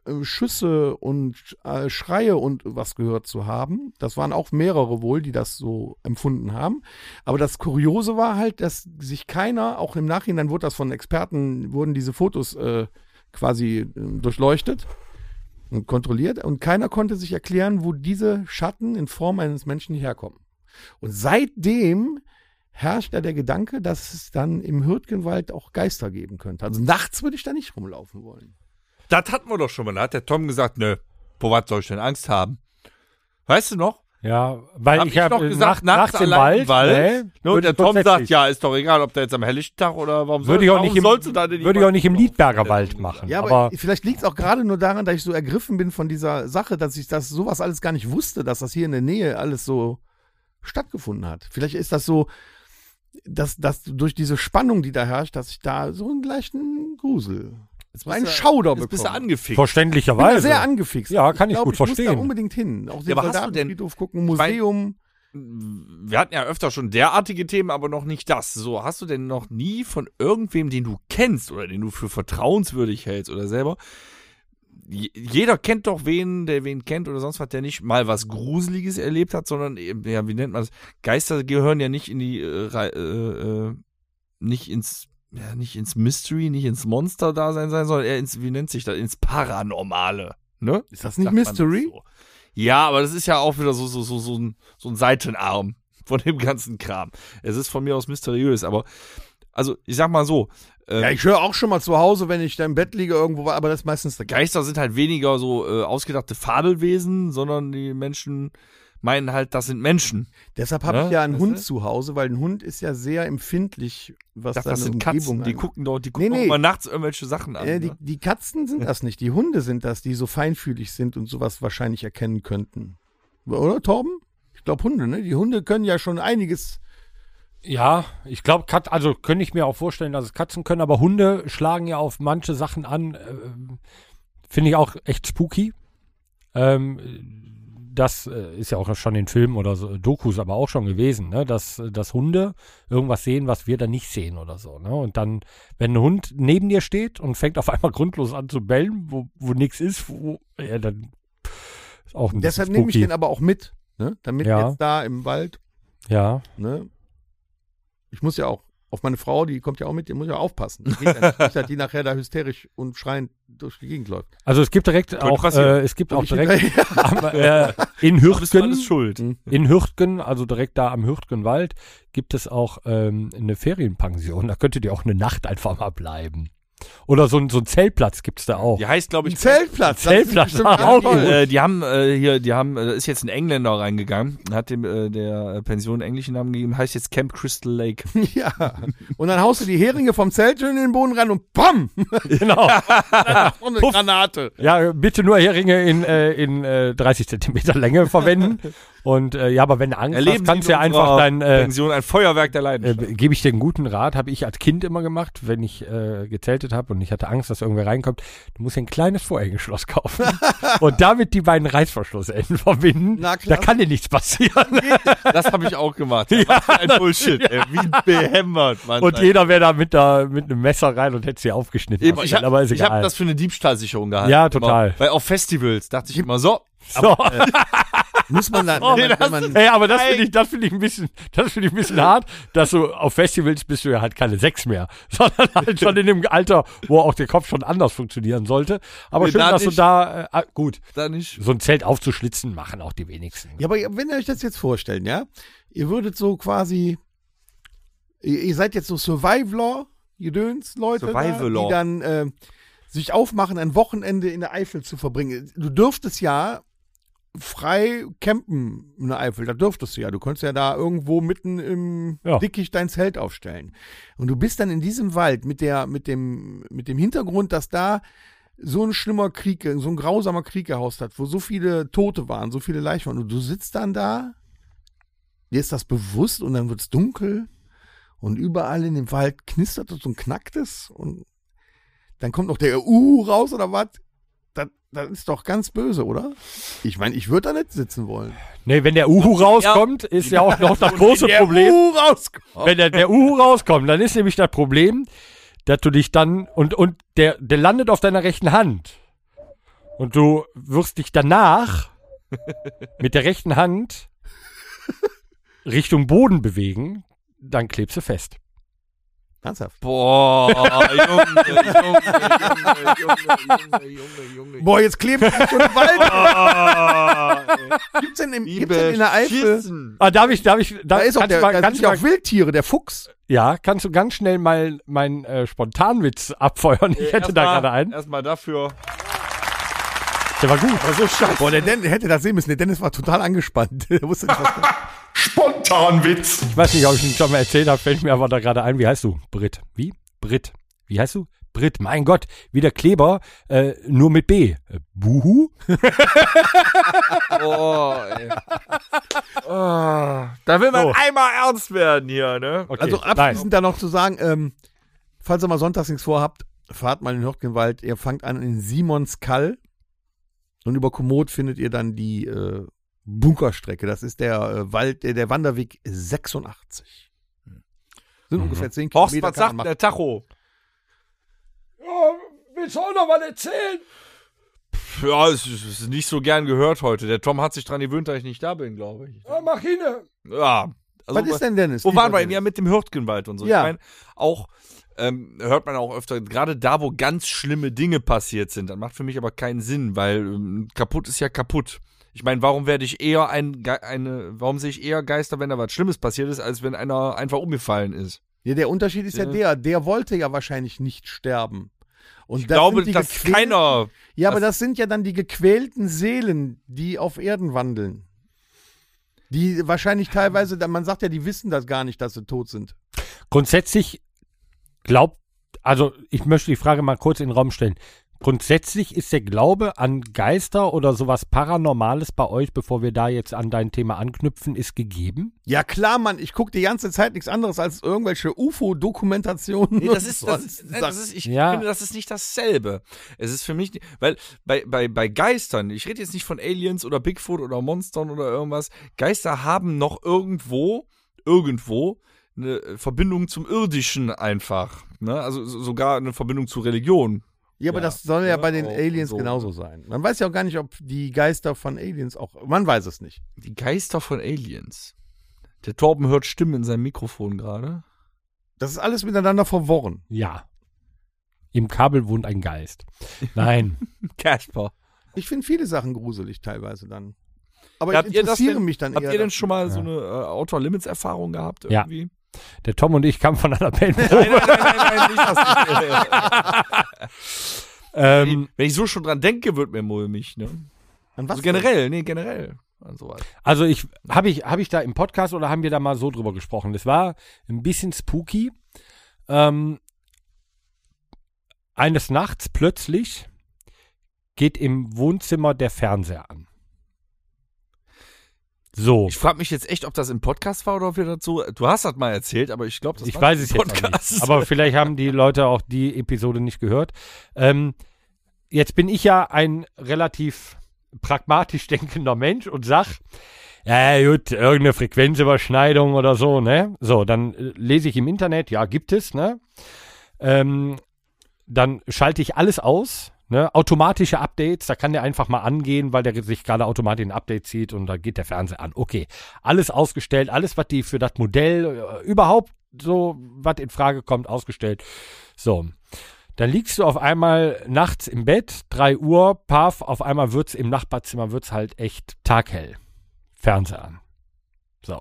Speaker 4: äh, Schüsse und äh, Schreie und was gehört zu haben. Das waren auch mehrere wohl, die das so empfunden haben. Aber das Kuriose war halt, dass sich keiner, auch im Nachhinein wurde das von Experten, wurden diese Fotos äh, quasi äh, durchleuchtet und kontrolliert und keiner konnte sich erklären, wo diese Schatten in Form eines Menschen herkommen. Und seitdem herrscht da der Gedanke, dass es dann im Hürtgenwald auch Geister geben könnte. Also nachts würde ich da nicht rumlaufen wollen.
Speaker 3: Das hatten wir doch schon mal. Da hat der Tom gesagt, nö, vor was soll ich denn Angst haben? Weißt du noch?
Speaker 2: Ja, weil
Speaker 3: Hab
Speaker 2: ich äh, habe
Speaker 3: allein im
Speaker 2: ne,
Speaker 3: Ne? Und
Speaker 2: würde
Speaker 3: der
Speaker 2: ich
Speaker 3: Tom sagt,
Speaker 2: grundsätzlich-
Speaker 3: ja, ist doch egal, ob der jetzt am helllichten Tag oder warum
Speaker 2: würde ich auch nicht im,
Speaker 3: sollst du da denn
Speaker 2: würde ich auch nicht im
Speaker 3: jemanden-
Speaker 2: Liedberger Wald machen.
Speaker 4: Ja, aber,
Speaker 2: aber
Speaker 4: vielleicht liegt es auch gerade nur daran, dass ich so ergriffen bin von dieser Sache, dass ich das sowas alles gar nicht wusste, dass das hier in der Nähe alles so stattgefunden hat. Vielleicht ist das so, dass, dass durch diese Spannung, die da herrscht, dass ich da so einen leichten Grusel, so einen Schauder
Speaker 3: Jetzt bist du
Speaker 4: bekomme.
Speaker 3: angefickt.
Speaker 4: Ich bin da
Speaker 2: verständlicherweise.
Speaker 4: sehr angefixt.
Speaker 2: Ja, kann ich
Speaker 4: glaub,
Speaker 2: gut
Speaker 4: ich Muss da
Speaker 2: verstehen.
Speaker 4: unbedingt hin. Auch den
Speaker 3: Ja, aber hast du denn-
Speaker 4: Soldatenfriedhof gucken,
Speaker 3: Ich mein-
Speaker 4: Museum.
Speaker 3: wir hatten ja öfter schon derartige Themen, aber noch nicht das. So, hast du denn noch nie von irgendwem, den du kennst oder den du für vertrauenswürdig hältst oder selber, j- jeder kennt doch wen, der wen kennt oder sonst was, der nicht mal was Gruseliges erlebt hat, sondern, eben, ja, wie nennt man das? Geister gehören ja nicht in die, äh, Rei- äh, äh, nicht ins, ja, nicht ins Mystery, nicht ins Monster-Dasein sein, sondern eher ins, wie nennt sich das, ins Paranormale, ne?
Speaker 4: Ist das nicht
Speaker 3: sagt man das
Speaker 4: Mystery?
Speaker 3: so. Ja, aber das ist ja auch wieder so, so, so, so, ein, so ein Seitenarm von dem ganzen Kram. Es ist von mir aus mysteriös, aber also ich sag mal so, ähm,
Speaker 4: Ja, ich höre auch schon mal zu Hause, wenn ich da im Bett liege irgendwo, aber das ist meistens der Geist.
Speaker 3: Geister sind halt weniger so äh, ausgedachte Fabelwesen, sondern die Menschen meinen halt, das sind Menschen.
Speaker 4: Deshalb habe
Speaker 3: Ja,
Speaker 4: ich ja einen
Speaker 3: weißt
Speaker 4: Hund
Speaker 3: du?
Speaker 4: zu Hause, weil ein Hund ist ja sehr empfindlich, was
Speaker 3: Ich
Speaker 4: seine
Speaker 3: dachte, das sind
Speaker 4: Umgebung
Speaker 3: Katzen, die
Speaker 4: angeht.
Speaker 3: gucken doch, die gucken
Speaker 4: Nee,
Speaker 3: auch
Speaker 4: nee.
Speaker 3: mal nachts irgendwelche Sachen an.
Speaker 4: Äh, die,
Speaker 3: ne?
Speaker 4: die Katzen sind das nicht, die Hunde sind das, die so feinfühlig sind und sowas wahrscheinlich erkennen könnten. Oder, Torben? Ich glaube Hunde, ne? Die Hunde können ja schon einiges.
Speaker 2: Ja, ich glaube, Kat also könnte ich mir auch vorstellen, dass es Katzen können, aber Hunde schlagen ja auf manche Sachen an. ähm, Finde ich auch echt spooky. Ähm, das äh, ist ja auch schon in Filmen oder so, Dokus aber auch schon gewesen, ne? dass, äh, dass Hunde irgendwas sehen, was wir dann nicht sehen oder so. Ne? Und dann, wenn ein Hund neben dir steht und fängt auf einmal grundlos an zu bellen, wo, wo nichts ist, wo, ja, dann ist auch ein
Speaker 4: Deshalb
Speaker 2: bisschen
Speaker 4: nehme ich
Speaker 2: spooky.
Speaker 4: den aber auch mit, ne? Damit
Speaker 2: Ja.
Speaker 4: jetzt da im Wald,
Speaker 2: Ja,
Speaker 4: ne? Ich muss ja auch auf meine Frau, die kommt ja auch mit, die muss ja aufpassen. Geht ja nicht, nicht, dass die nachher da hysterisch und schreiend durch die Gegend läuft.
Speaker 2: also es gibt direkt auch, äh,
Speaker 3: passieren.
Speaker 2: es gibt auch
Speaker 4: Ich-
Speaker 2: direkt am, äh, in
Speaker 3: Da bist
Speaker 2: Hürtgen,
Speaker 3: du
Speaker 2: Mhm.
Speaker 3: alles schuld.
Speaker 2: in Hürtgen, also direkt da am Hürtgenwald, gibt es auch ähm, eine Ferienpension. Da könntet ihr auch eine Nacht einfach mal bleiben. Oder so, ein- so ein Zeltplatz gibt's da auch.
Speaker 3: Die heißt, glaube
Speaker 4: Ein
Speaker 3: ich,
Speaker 4: Zeltplatz. das ist
Speaker 2: Zeltplatz,
Speaker 4: bestimmt
Speaker 2: ah,
Speaker 4: ganz
Speaker 2: auch
Speaker 4: toll.
Speaker 2: gut.
Speaker 3: Äh, die haben äh, hier, die haben, äh, ist jetzt ein Engländer reingegangen, hat dem äh, der Pension einen englischen Namen gegeben, heißt jetzt Camp Crystal Lake.
Speaker 4: Ja. Und dann haust du die Heringe vom Zelt schön in den Boden ran und PAM!
Speaker 2: Genau.
Speaker 4: Und eine Granate.
Speaker 2: Ja, bitte nur Heringe in, äh, in äh, 30 Zentimeter Länge verwenden. Und äh, ja, aber wenn du Angst hast,
Speaker 3: Erleben
Speaker 2: kannst du
Speaker 3: Sie in
Speaker 2: ja einfach
Speaker 3: unserer
Speaker 2: dein äh,
Speaker 3: Pension ein Feuerwerk der
Speaker 2: Äh,
Speaker 3: Leidenschaft.
Speaker 2: Gebe ich dir einen guten Rat, habe ich als Kind immer gemacht, wenn ich äh, gezeltet habe und ich hatte Angst, dass irgendwer reinkommt. Du musst dir ein kleines Vorhängeschloss kaufen und damit die beiden Reißverschlussenden verbinden. da
Speaker 4: Na klar.
Speaker 2: kann dir nichts passieren.
Speaker 3: das habe ich auch gemacht. Ja, was für ein Bullshit. ey. Wie behämmert, Mann.
Speaker 2: Und jeder wäre da mit, da mit einem Messer rein und hätte sie aufgeschnitten.
Speaker 3: Eben,
Speaker 2: hast
Speaker 3: ich
Speaker 2: du, aber
Speaker 3: habe
Speaker 2: ist
Speaker 3: hab
Speaker 2: egal.
Speaker 3: das für eine Diebstahlsicherung gehalten.
Speaker 2: Ja, total.
Speaker 3: Immer, weil auf Festivals dachte ich immer so.
Speaker 2: so.
Speaker 3: ähm,
Speaker 4: Muss man da, wenn man, wenn man,
Speaker 2: Ey, aber das finde ich, das finde ich ein bisschen, das finde ich ein bisschen hart, dass du auf Festivals bist du ja halt keine sechs mehr, sondern halt schon in dem Alter, wo auch der Kopf schon anders funktionieren sollte. Aber
Speaker 3: Nee,
Speaker 2: schön,
Speaker 3: da
Speaker 2: dass du
Speaker 3: nicht.
Speaker 2: da, äh, ah, gut.
Speaker 3: Da nicht.
Speaker 2: so ein Zelt aufzuschlitzen, machen auch die wenigsten.
Speaker 4: Ja, aber wenn ihr euch das jetzt vorstellen, ja, ihr würdet so quasi, ihr, ihr seid jetzt so Survivor, Gedöns, Leute, ne,
Speaker 3: Survivalor.
Speaker 4: die dann äh, sich aufmachen, ein Wochenende in der Eifel zu verbringen. Du dürftest ja frei campen in der Eifel, da dürftest du ja. Du könntest ja da irgendwo mitten im
Speaker 2: Ja.
Speaker 4: Dickicht dein Zelt aufstellen. Und du bist dann in diesem Wald mit der, mit dem, mit dem Hintergrund, dass da so ein schlimmer Krieg, so ein grausamer Krieg gehaust hat, wo so viele Tote waren, so viele Leichen waren. Und du sitzt dann da, dir ist das bewusst und dann wird es dunkel und überall in dem Wald knistert es und knackt es und dann kommt noch der Uh raus oder was? Das, das ist doch ganz böse, oder? Ich meine, ich würde da nicht sitzen wollen.
Speaker 2: Nee, Ne, wenn der Uhu rauskommt, ist ja auch noch das große Problem.
Speaker 4: Uh rauskommt.
Speaker 2: Wenn der, der Uhu rauskommt, dann ist nämlich das Problem, dass du dich dann und, und der, der landet auf deiner rechten Hand. Und du wirst dich danach mit der rechten Hand Richtung Boden bewegen, dann klebst du fest.
Speaker 4: Ernsthaft.
Speaker 3: Boah, Junge, Junge, Junge, Junge, Junge, Junge.
Speaker 4: Boah, jetzt klebt es schon im Wald.
Speaker 3: Boah,
Speaker 4: Gibt's denn, im,
Speaker 3: wie
Speaker 4: gibt's denn in der Eifel?
Speaker 3: beschissen.
Speaker 2: Ah, darf ich, darf ich,
Speaker 4: Da
Speaker 2: darf,
Speaker 4: ist auch,
Speaker 2: kannst
Speaker 4: der,
Speaker 2: du mal,
Speaker 4: da
Speaker 2: kannst
Speaker 4: sind
Speaker 2: du
Speaker 4: ja
Speaker 2: mal,
Speaker 4: auch Wildtiere, der Fuchs.
Speaker 2: ja, kannst du ganz schnell mal meinen äh, Spontanwitz abfeuern?
Speaker 4: Äh,
Speaker 2: Ich hätte da
Speaker 3: Erstmal-
Speaker 2: gerade einen.
Speaker 3: Erstmal dafür.
Speaker 2: Der war gut.
Speaker 3: So scheiße.
Speaker 4: Boah, der Den hätte das sehen müssen. Der Dennis war total angespannt. Der wusste nicht, was
Speaker 1: Spontanwitz.
Speaker 2: Ich weiß nicht, ob ich ihn schon mal erzählt habe, fällt mir aber da gerade ein. Wie heißt du? Brit. Wie? Brit. Wie heißt du? Brit. Mein Gott, wie der Kleber, äh, nur mit B. Äh, Buhu?
Speaker 3: Boah, ey. Ah, da will man
Speaker 2: Oh, So.
Speaker 3: einmal ernst werden hier, ne?
Speaker 2: Okay,
Speaker 4: Also
Speaker 2: nein.
Speaker 4: abschließend dann noch zu sagen, ähm, falls ihr mal sonntags nichts vorhabt, fahrt mal in den Hürtgenwald. Ihr fangt an in Simonskall und über Komoot findet ihr dann die äh, Bunkerstrecke. Das ist der äh, Wald, der, der Wanderweg 86. Sind ungefähr 10
Speaker 3: Mhm. Horst,
Speaker 4: Kilometer. kann man
Speaker 3: was sagt denn
Speaker 4: machen.
Speaker 3: der Tacho?
Speaker 2: Willst du auch noch mal erzählen?
Speaker 3: Ja, es ist, es ist nicht so gern gehört heute. Der Tom hat sich dran gewöhnt, dass ich nicht da bin, glaube ich.
Speaker 2: mach hin.
Speaker 3: Ja. Also,
Speaker 4: was ist denn Dennis?
Speaker 3: Wo waren
Speaker 4: Lieber
Speaker 3: wir denn? Ja, mit dem Hürtgenwald und so.
Speaker 4: Ja.
Speaker 3: Ich meine, auch ähm, hört man auch öfter, gerade da, wo ganz schlimme Dinge passiert sind. Das macht für mich aber keinen Sinn, weil ähm, kaputt ist ja kaputt. Ich meine, warum werde ich eher ein, Ge- eine, warum sehe ich eher Geister, wenn da was Schlimmes passiert ist, als wenn einer einfach umgefallen ist?
Speaker 4: Ja, der Unterschied ist ja,
Speaker 3: Ja.
Speaker 4: der, der wollte ja wahrscheinlich nicht sterben. Und
Speaker 3: Ich glaube, dass keiner.
Speaker 4: Ja, aber das sind ja dann die gequälten Seelen, die auf Erden wandeln. Die wahrscheinlich teilweise, man sagt ja, die wissen das gar nicht, dass sie tot sind.
Speaker 2: Grundsätzlich glaubt, also ich möchte die Frage mal kurz in den Raum stellen. Grundsätzlich ist der Glaube an Geister oder sowas Paranormales bei euch, bevor wir da jetzt an dein Thema anknüpfen, ist gegeben?
Speaker 4: Ja klar, Mann, ich gucke die ganze Zeit nichts anderes als irgendwelche UFO-Dokumentationen.
Speaker 3: Nee, das ist, das ist,
Speaker 4: und
Speaker 3: nein, das ist ich
Speaker 2: Ja.
Speaker 3: finde, das ist nicht dasselbe. Es ist für mich, nicht- weil bei, bei, bei Geistern, ich rede jetzt nicht von Aliens oder Bigfoot oder Monstern oder irgendwas, Geister haben noch irgendwo, irgendwo eine Verbindung zum Irdischen einfach. Ne? Also so- sogar eine Verbindung zur Religion.
Speaker 4: ja, aber
Speaker 3: Ja,
Speaker 4: das soll ja,
Speaker 3: ja,
Speaker 4: bei den
Speaker 3: auch
Speaker 4: Aliens
Speaker 3: so.
Speaker 4: genauso sein. Man weiß ja auch gar nicht, ob die Geister von Aliens auch. Man weiß es nicht.
Speaker 3: Die Geister von Aliens. Der Torben hört Stimmen in seinem Mikrofon gerade.
Speaker 4: Das ist alles miteinander verworren.
Speaker 2: Ja. Im Kabel wohnt ein Geist. Nein.
Speaker 3: Casper.
Speaker 4: Ich finde viele Sachen gruselig teilweise dann. Aber
Speaker 3: Habt
Speaker 4: ich
Speaker 3: ihr das
Speaker 4: interessiere
Speaker 3: denn-
Speaker 4: mich dann
Speaker 3: Habt
Speaker 4: eher.
Speaker 3: ihr denn
Speaker 4: dafür.
Speaker 3: schon mal so
Speaker 2: Ja.
Speaker 3: eine äh, Outer Limits Erfahrung gehabt
Speaker 2: Ja.
Speaker 3: irgendwie?
Speaker 2: Der Tom und ich kamen von einer
Speaker 3: Nein,
Speaker 2: Bandprobe.
Speaker 3: nein, nein, nein, nein, nicht das.
Speaker 2: ähm,
Speaker 3: Hm, Wenn ich so schon dran denke, wird mir mulmig, ne?
Speaker 4: An was
Speaker 3: Also generell, nee, generell. An sowas.
Speaker 2: also ich habe ich habe ich da im Podcast oder haben wir da mal so drüber gesprochen? Das war ein bisschen spooky. Ähm, eines Nachts plötzlich geht im Wohnzimmer der Fernseher an. So,
Speaker 3: Ich frage mich jetzt echt, ob das im Podcast war oder ob wir dazu. Du hast das mal erzählt, aber ich glaube, das
Speaker 2: ich
Speaker 3: war
Speaker 2: weiß
Speaker 3: nicht
Speaker 2: es
Speaker 3: im
Speaker 2: jetzt auch
Speaker 3: Podcast.
Speaker 2: nicht. Aber vielleicht haben die Leute auch die Episode nicht gehört. Ähm, jetzt bin ich ja ein relativ pragmatisch denkender Mensch und sag, ja gut, irgendeine Frequenzüberschneidung oder so, ne? So, dann äh, lese ich im Internet, ja, gibt es, ne? Ähm, dann schalte ich alles aus, ne? Automatische Updates, da kann der einfach mal angehen, weil der sich gerade automatisch ein Update zieht und dann geht der Fernseher an. Okay, alles ausgestellt, alles, was die für das Modell äh, überhaupt so, was in Frage kommt, ausgestellt. So. Dann liegst du auf einmal nachts im Bett, 3 Uhr, paf, auf einmal wird's im Nachbarzimmer wird's halt echt taghell. Fernseher an. So.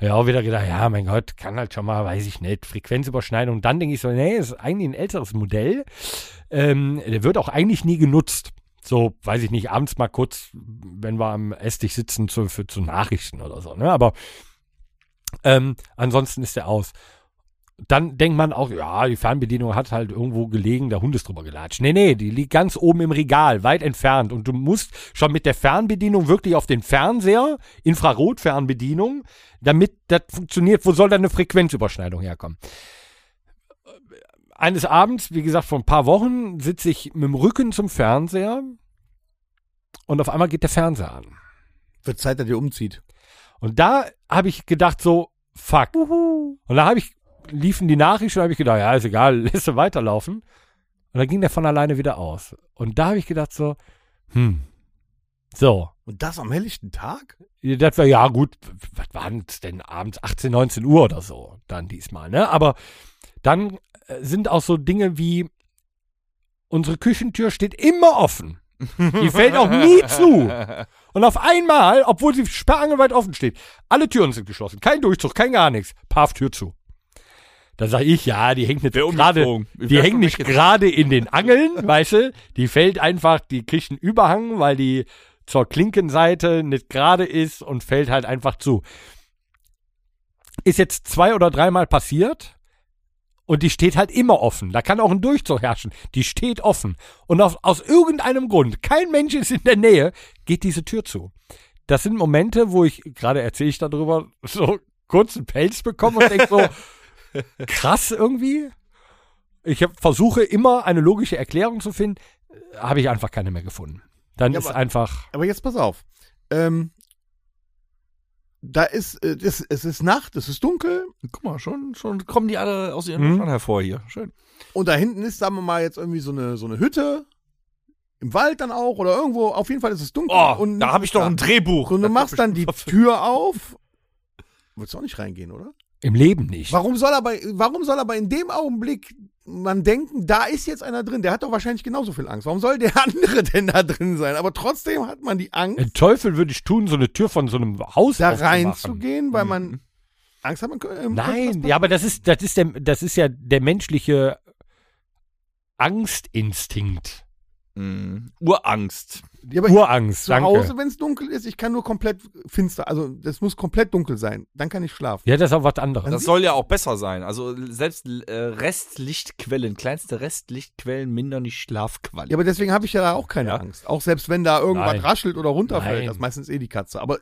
Speaker 2: Ja, auch wieder gedacht, ja, mein Gott, kann halt schon mal, weiß ich nicht, Frequenzüberschneidung. Dann denke ich so, nee, ist eigentlich ein älteres Modell. Ähm, der wird auch eigentlich nie genutzt. So, weiß ich nicht, abends mal kurz, wenn wir am Esstisch sitzen, zu, für, zu Nachrichten oder so, ne? Aber ähm, ansonsten ist der aus. Dann denkt man auch, ja, die Fernbedienung hat halt irgendwo gelegen, der Hund ist drüber gelatscht. Nee, nee, die liegt ganz oben im Regal, weit entfernt. Und du musst schon mit der Fernbedienung wirklich auf den Fernseher, Infrarotfernbedienung, damit das funktioniert. Wo soll da eine Frequenzüberschneidung herkommen? Eines Abends, wie gesagt, vor ein paar Wochen, sitze ich mit dem Rücken zum Fernseher und auf einmal geht der Fernseher an.
Speaker 4: Wird Zeit, dass ihr umzieht.
Speaker 2: Und da habe ich gedacht so, fuck. Und da habe ich, liefen die Nachrichten, habe ich gedacht, ja, ist egal, lässt du weiterlaufen. Und dann ging der von alleine wieder aus. Und da habe ich gedacht so, hm, so.
Speaker 4: Und das am helllichten Tag?
Speaker 2: Das war, ja gut, was waren es denn abends, 18, 19 Uhr oder so, dann diesmal, ne? Aber dann äh, sind auch so Dinge wie, unsere Küchentür steht immer offen. Die fällt auch nie zu. Und auf einmal, obwohl sie sperrangelweit offen steht, alle Türen sind geschlossen. Kein Durchzug, kein gar nichts. Paf, Tür zu. Da sage ich, ja, die hängt nicht
Speaker 3: Wär
Speaker 2: gerade,
Speaker 3: umgeflogen. Ich
Speaker 2: die
Speaker 3: wär
Speaker 2: hängt
Speaker 3: schon
Speaker 2: nicht gerade in den Angeln, weißt du? Die fällt einfach, die kriegt einen Überhang, weil die zur Klinkenseite nicht gerade ist und fällt halt einfach zu. Ist jetzt zwei oder dreimal passiert und die steht halt immer offen. Da kann auch ein Durchzug herrschen. Die steht offen. Und auf, aus irgendeinem Grund, kein Mensch ist in der Nähe, geht diese Tür zu. Das sind Momente, wo ich, gerade erzähle ich darüber, so kurzen Pelz bekomme und denke so, krass irgendwie. Ich hab, versuche immer eine logische Erklärung zu finden, äh, habe ich einfach keine mehr gefunden. Dann
Speaker 4: Ja,
Speaker 2: ist
Speaker 4: aber-
Speaker 2: einfach,
Speaker 4: Aber jetzt pass auf. Ähm, da ist, äh, es, es ist Nacht, es ist dunkel
Speaker 3: Guck mal, schon, schon kommen die alle aus ihren
Speaker 2: Mhm.
Speaker 3: Löchern hervor hier. Schön.
Speaker 4: und da hinten ist, sagen wir mal, jetzt irgendwie so eine, so eine Hütte. Im Wald dann auch oder irgendwo. Auf jeden Fall ist es dunkel.
Speaker 2: oh,
Speaker 4: und
Speaker 3: Oh, da habe ich doch ein Drehbuch.
Speaker 4: So, du
Speaker 3: Das
Speaker 4: machst
Speaker 3: hab
Speaker 4: dann
Speaker 3: ich
Speaker 4: die
Speaker 3: schon verfilmt.
Speaker 4: Tür auf. Willst du auch nicht reingehen, oder?
Speaker 2: Im Leben nicht.
Speaker 4: Warum soll, aber, warum soll aber in dem Augenblick man denken, da ist jetzt einer drin? Der hat doch wahrscheinlich genauso viel Angst. Warum soll der andere denn da drin sein? Aber trotzdem hat man die Angst,
Speaker 2: Den Teufel würde ich tun, so eine Tür von so einem Haus
Speaker 4: da
Speaker 2: aufzumachen. Mhm.
Speaker 4: reinzugehen, weil man Angst hat, man könnte. ähm, könnte
Speaker 2: Nein,
Speaker 4: was
Speaker 2: ja, aber das ist, das ist der, das ist ja der menschliche Angstinstinkt.
Speaker 3: Mhm. Urangst.
Speaker 4: passieren. ja, aber
Speaker 2: Urangst,
Speaker 4: zu
Speaker 2: danke.
Speaker 4: Hause, wenn es dunkel ist, ich kann nur komplett finster, also das muss komplett dunkel sein, dann kann ich schlafen.
Speaker 2: Ja, das ist auch was anderes.
Speaker 3: Das soll ja auch besser sein. Also selbst äh, Restlichtquellen, kleinste Restlichtquellen mindern die Schlafqualität.
Speaker 4: Ja, aber deswegen habe ich ja da auch keine
Speaker 3: Ja.
Speaker 4: Angst. Auch selbst wenn da irgendwas
Speaker 2: Nein.
Speaker 4: raschelt oder runterfällt,
Speaker 2: Nein.
Speaker 4: das ist meistens eh die Katze. Aber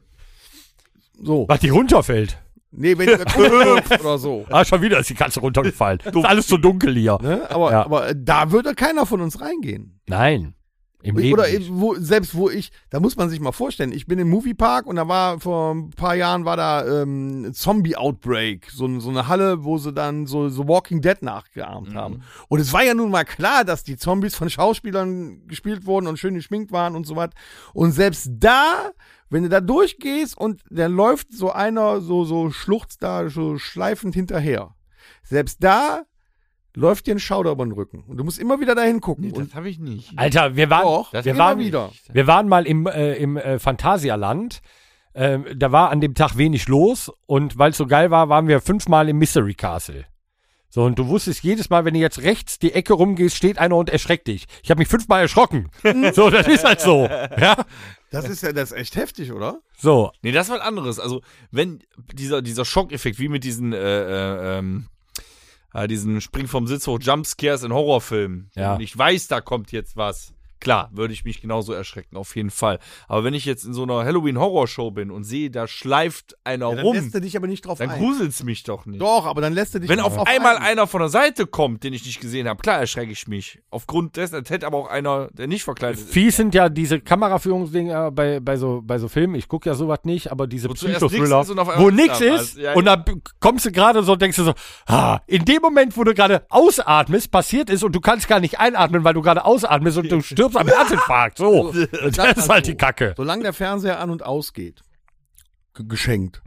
Speaker 4: so.
Speaker 2: was die runterfällt.
Speaker 4: Nee, wenn die da oder so.
Speaker 2: Ah, schon wieder ist die Katze runtergefallen. ist alles so dunkel hier.
Speaker 4: Ne? Aber,
Speaker 2: Ja.
Speaker 4: aber äh, da würde keiner von uns reingehen.
Speaker 2: Nein. Im Leben
Speaker 4: Oder
Speaker 2: nicht.
Speaker 4: eben wo, selbst wo ich, da muss man sich mal vorstellen, ich bin im Moviepark und da war vor ein paar Jahren war da ähm, Zombie-Outbreak, so, ein- so eine Halle, wo sie dann so, so Walking Dead nachgeahmt
Speaker 2: Mhm.
Speaker 4: haben. Und es war ja nun mal klar, dass die Zombies von Schauspielern gespielt wurden und schön geschminkt waren und so was. Und selbst da, wenn du da durchgehst und da läuft so einer so, so schluchzt da so schleifend hinterher. Selbst da läuft dir ein Schauder über den Rücken. Und du musst immer wieder dahin gucken. und
Speaker 3: habe ich nicht.
Speaker 2: Alter, wir waren,
Speaker 4: Doch,
Speaker 2: wir
Speaker 4: immer
Speaker 2: waren,
Speaker 4: wieder.
Speaker 2: wir waren mal im, äh, im äh, Phantasialand. Ähm, da war an dem Tag wenig los und weil es so geil war, waren wir fünfmal im Mystery Castle. So, und du wusstest jedes Mal, wenn du jetzt rechts die Ecke rumgehst, steht einer und erschreckt dich. Ich habe mich fünfmal erschrocken. so, das ist halt so. Ja?
Speaker 4: Das ist ja das ist echt heftig, oder?
Speaker 2: So,
Speaker 3: Nee, das ist was anderes. Also, wenn dieser, dieser Schockeffekt, wie mit diesen, äh, äh, ähm, äh, diesen Spring vom Sitz hoch Jumpscares in Horrorfilmen.
Speaker 2: Ja.
Speaker 3: Und ich weiß, da kommt jetzt was. Klar, würde ich mich genauso erschrecken, auf jeden Fall. Aber wenn ich jetzt in so einer Halloween-Horrorshow bin und sehe, da schleift einer
Speaker 4: dann
Speaker 3: rum,
Speaker 4: lässt er dich aber nicht drauf
Speaker 3: dann
Speaker 4: ein.
Speaker 3: gruselt's mich doch nicht.
Speaker 4: Doch, aber dann lässt er dich
Speaker 3: Wenn
Speaker 4: nicht
Speaker 3: auf
Speaker 4: drauf
Speaker 3: einmal
Speaker 4: ein.
Speaker 3: einer von der Seite kommt, den ich nicht gesehen habe, klar erschrecke ich mich. Aufgrund dessen, das hätte aber auch einer, der nicht verkleidet ist.
Speaker 2: Fies sind ja diese Kameraführungsdinger bei, bei, so, bei so Filmen. Ich gucke ja sowas nicht, aber diese
Speaker 3: Wo zuerst
Speaker 2: Psychothriller,
Speaker 3: nix ist und auf einmal
Speaker 2: wo nix
Speaker 3: da war.
Speaker 2: ist
Speaker 3: Ja,
Speaker 2: und dann kommst du gerade so und denkst du so, ah, in dem Moment, wo du gerade ausatmest, passiert ist und du kannst gar nicht einatmen, weil du gerade ausatmest und du stirbst am Herzinfarkt. So, das ist halt die Kacke.
Speaker 4: Solange der Fernseher an und ausgeht, g- geschenkt.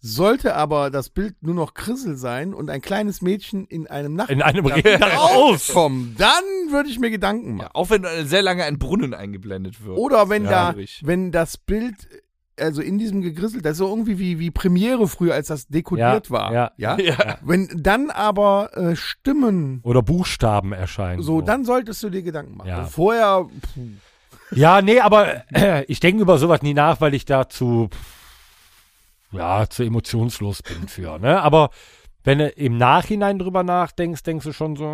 Speaker 4: Sollte aber das Bild nur noch Krissel sein und ein kleines Mädchen in einem Nacht
Speaker 2: In einem Regen raus.
Speaker 4: kommen, dann würde ich mir Gedanken machen.
Speaker 3: Ja, auch wenn äh, sehr lange ein Brunnen eingeblendet wird.
Speaker 4: Oder wenn
Speaker 3: Ja,
Speaker 4: da,
Speaker 3: schwierig.
Speaker 4: wenn das Bild, also in diesem gegrissel, das ist so irgendwie wie, wie Premiere früher, als das dekodiert
Speaker 2: Ja,
Speaker 4: war.
Speaker 2: ja.
Speaker 3: Ja.
Speaker 4: Wenn dann aber äh, Stimmen,
Speaker 2: Oder Buchstaben erscheinen.
Speaker 3: Genau.
Speaker 4: so, dann solltest du dir Gedanken machen.
Speaker 2: Ja.
Speaker 4: Vorher, pff,
Speaker 2: Ja, nee, aber äh, ich denke über sowas nie nach, weil ich dazu ja, zu emotionslos bin für, ne? Aber wenn du im Nachhinein drüber nachdenkst, denkst du schon so äh,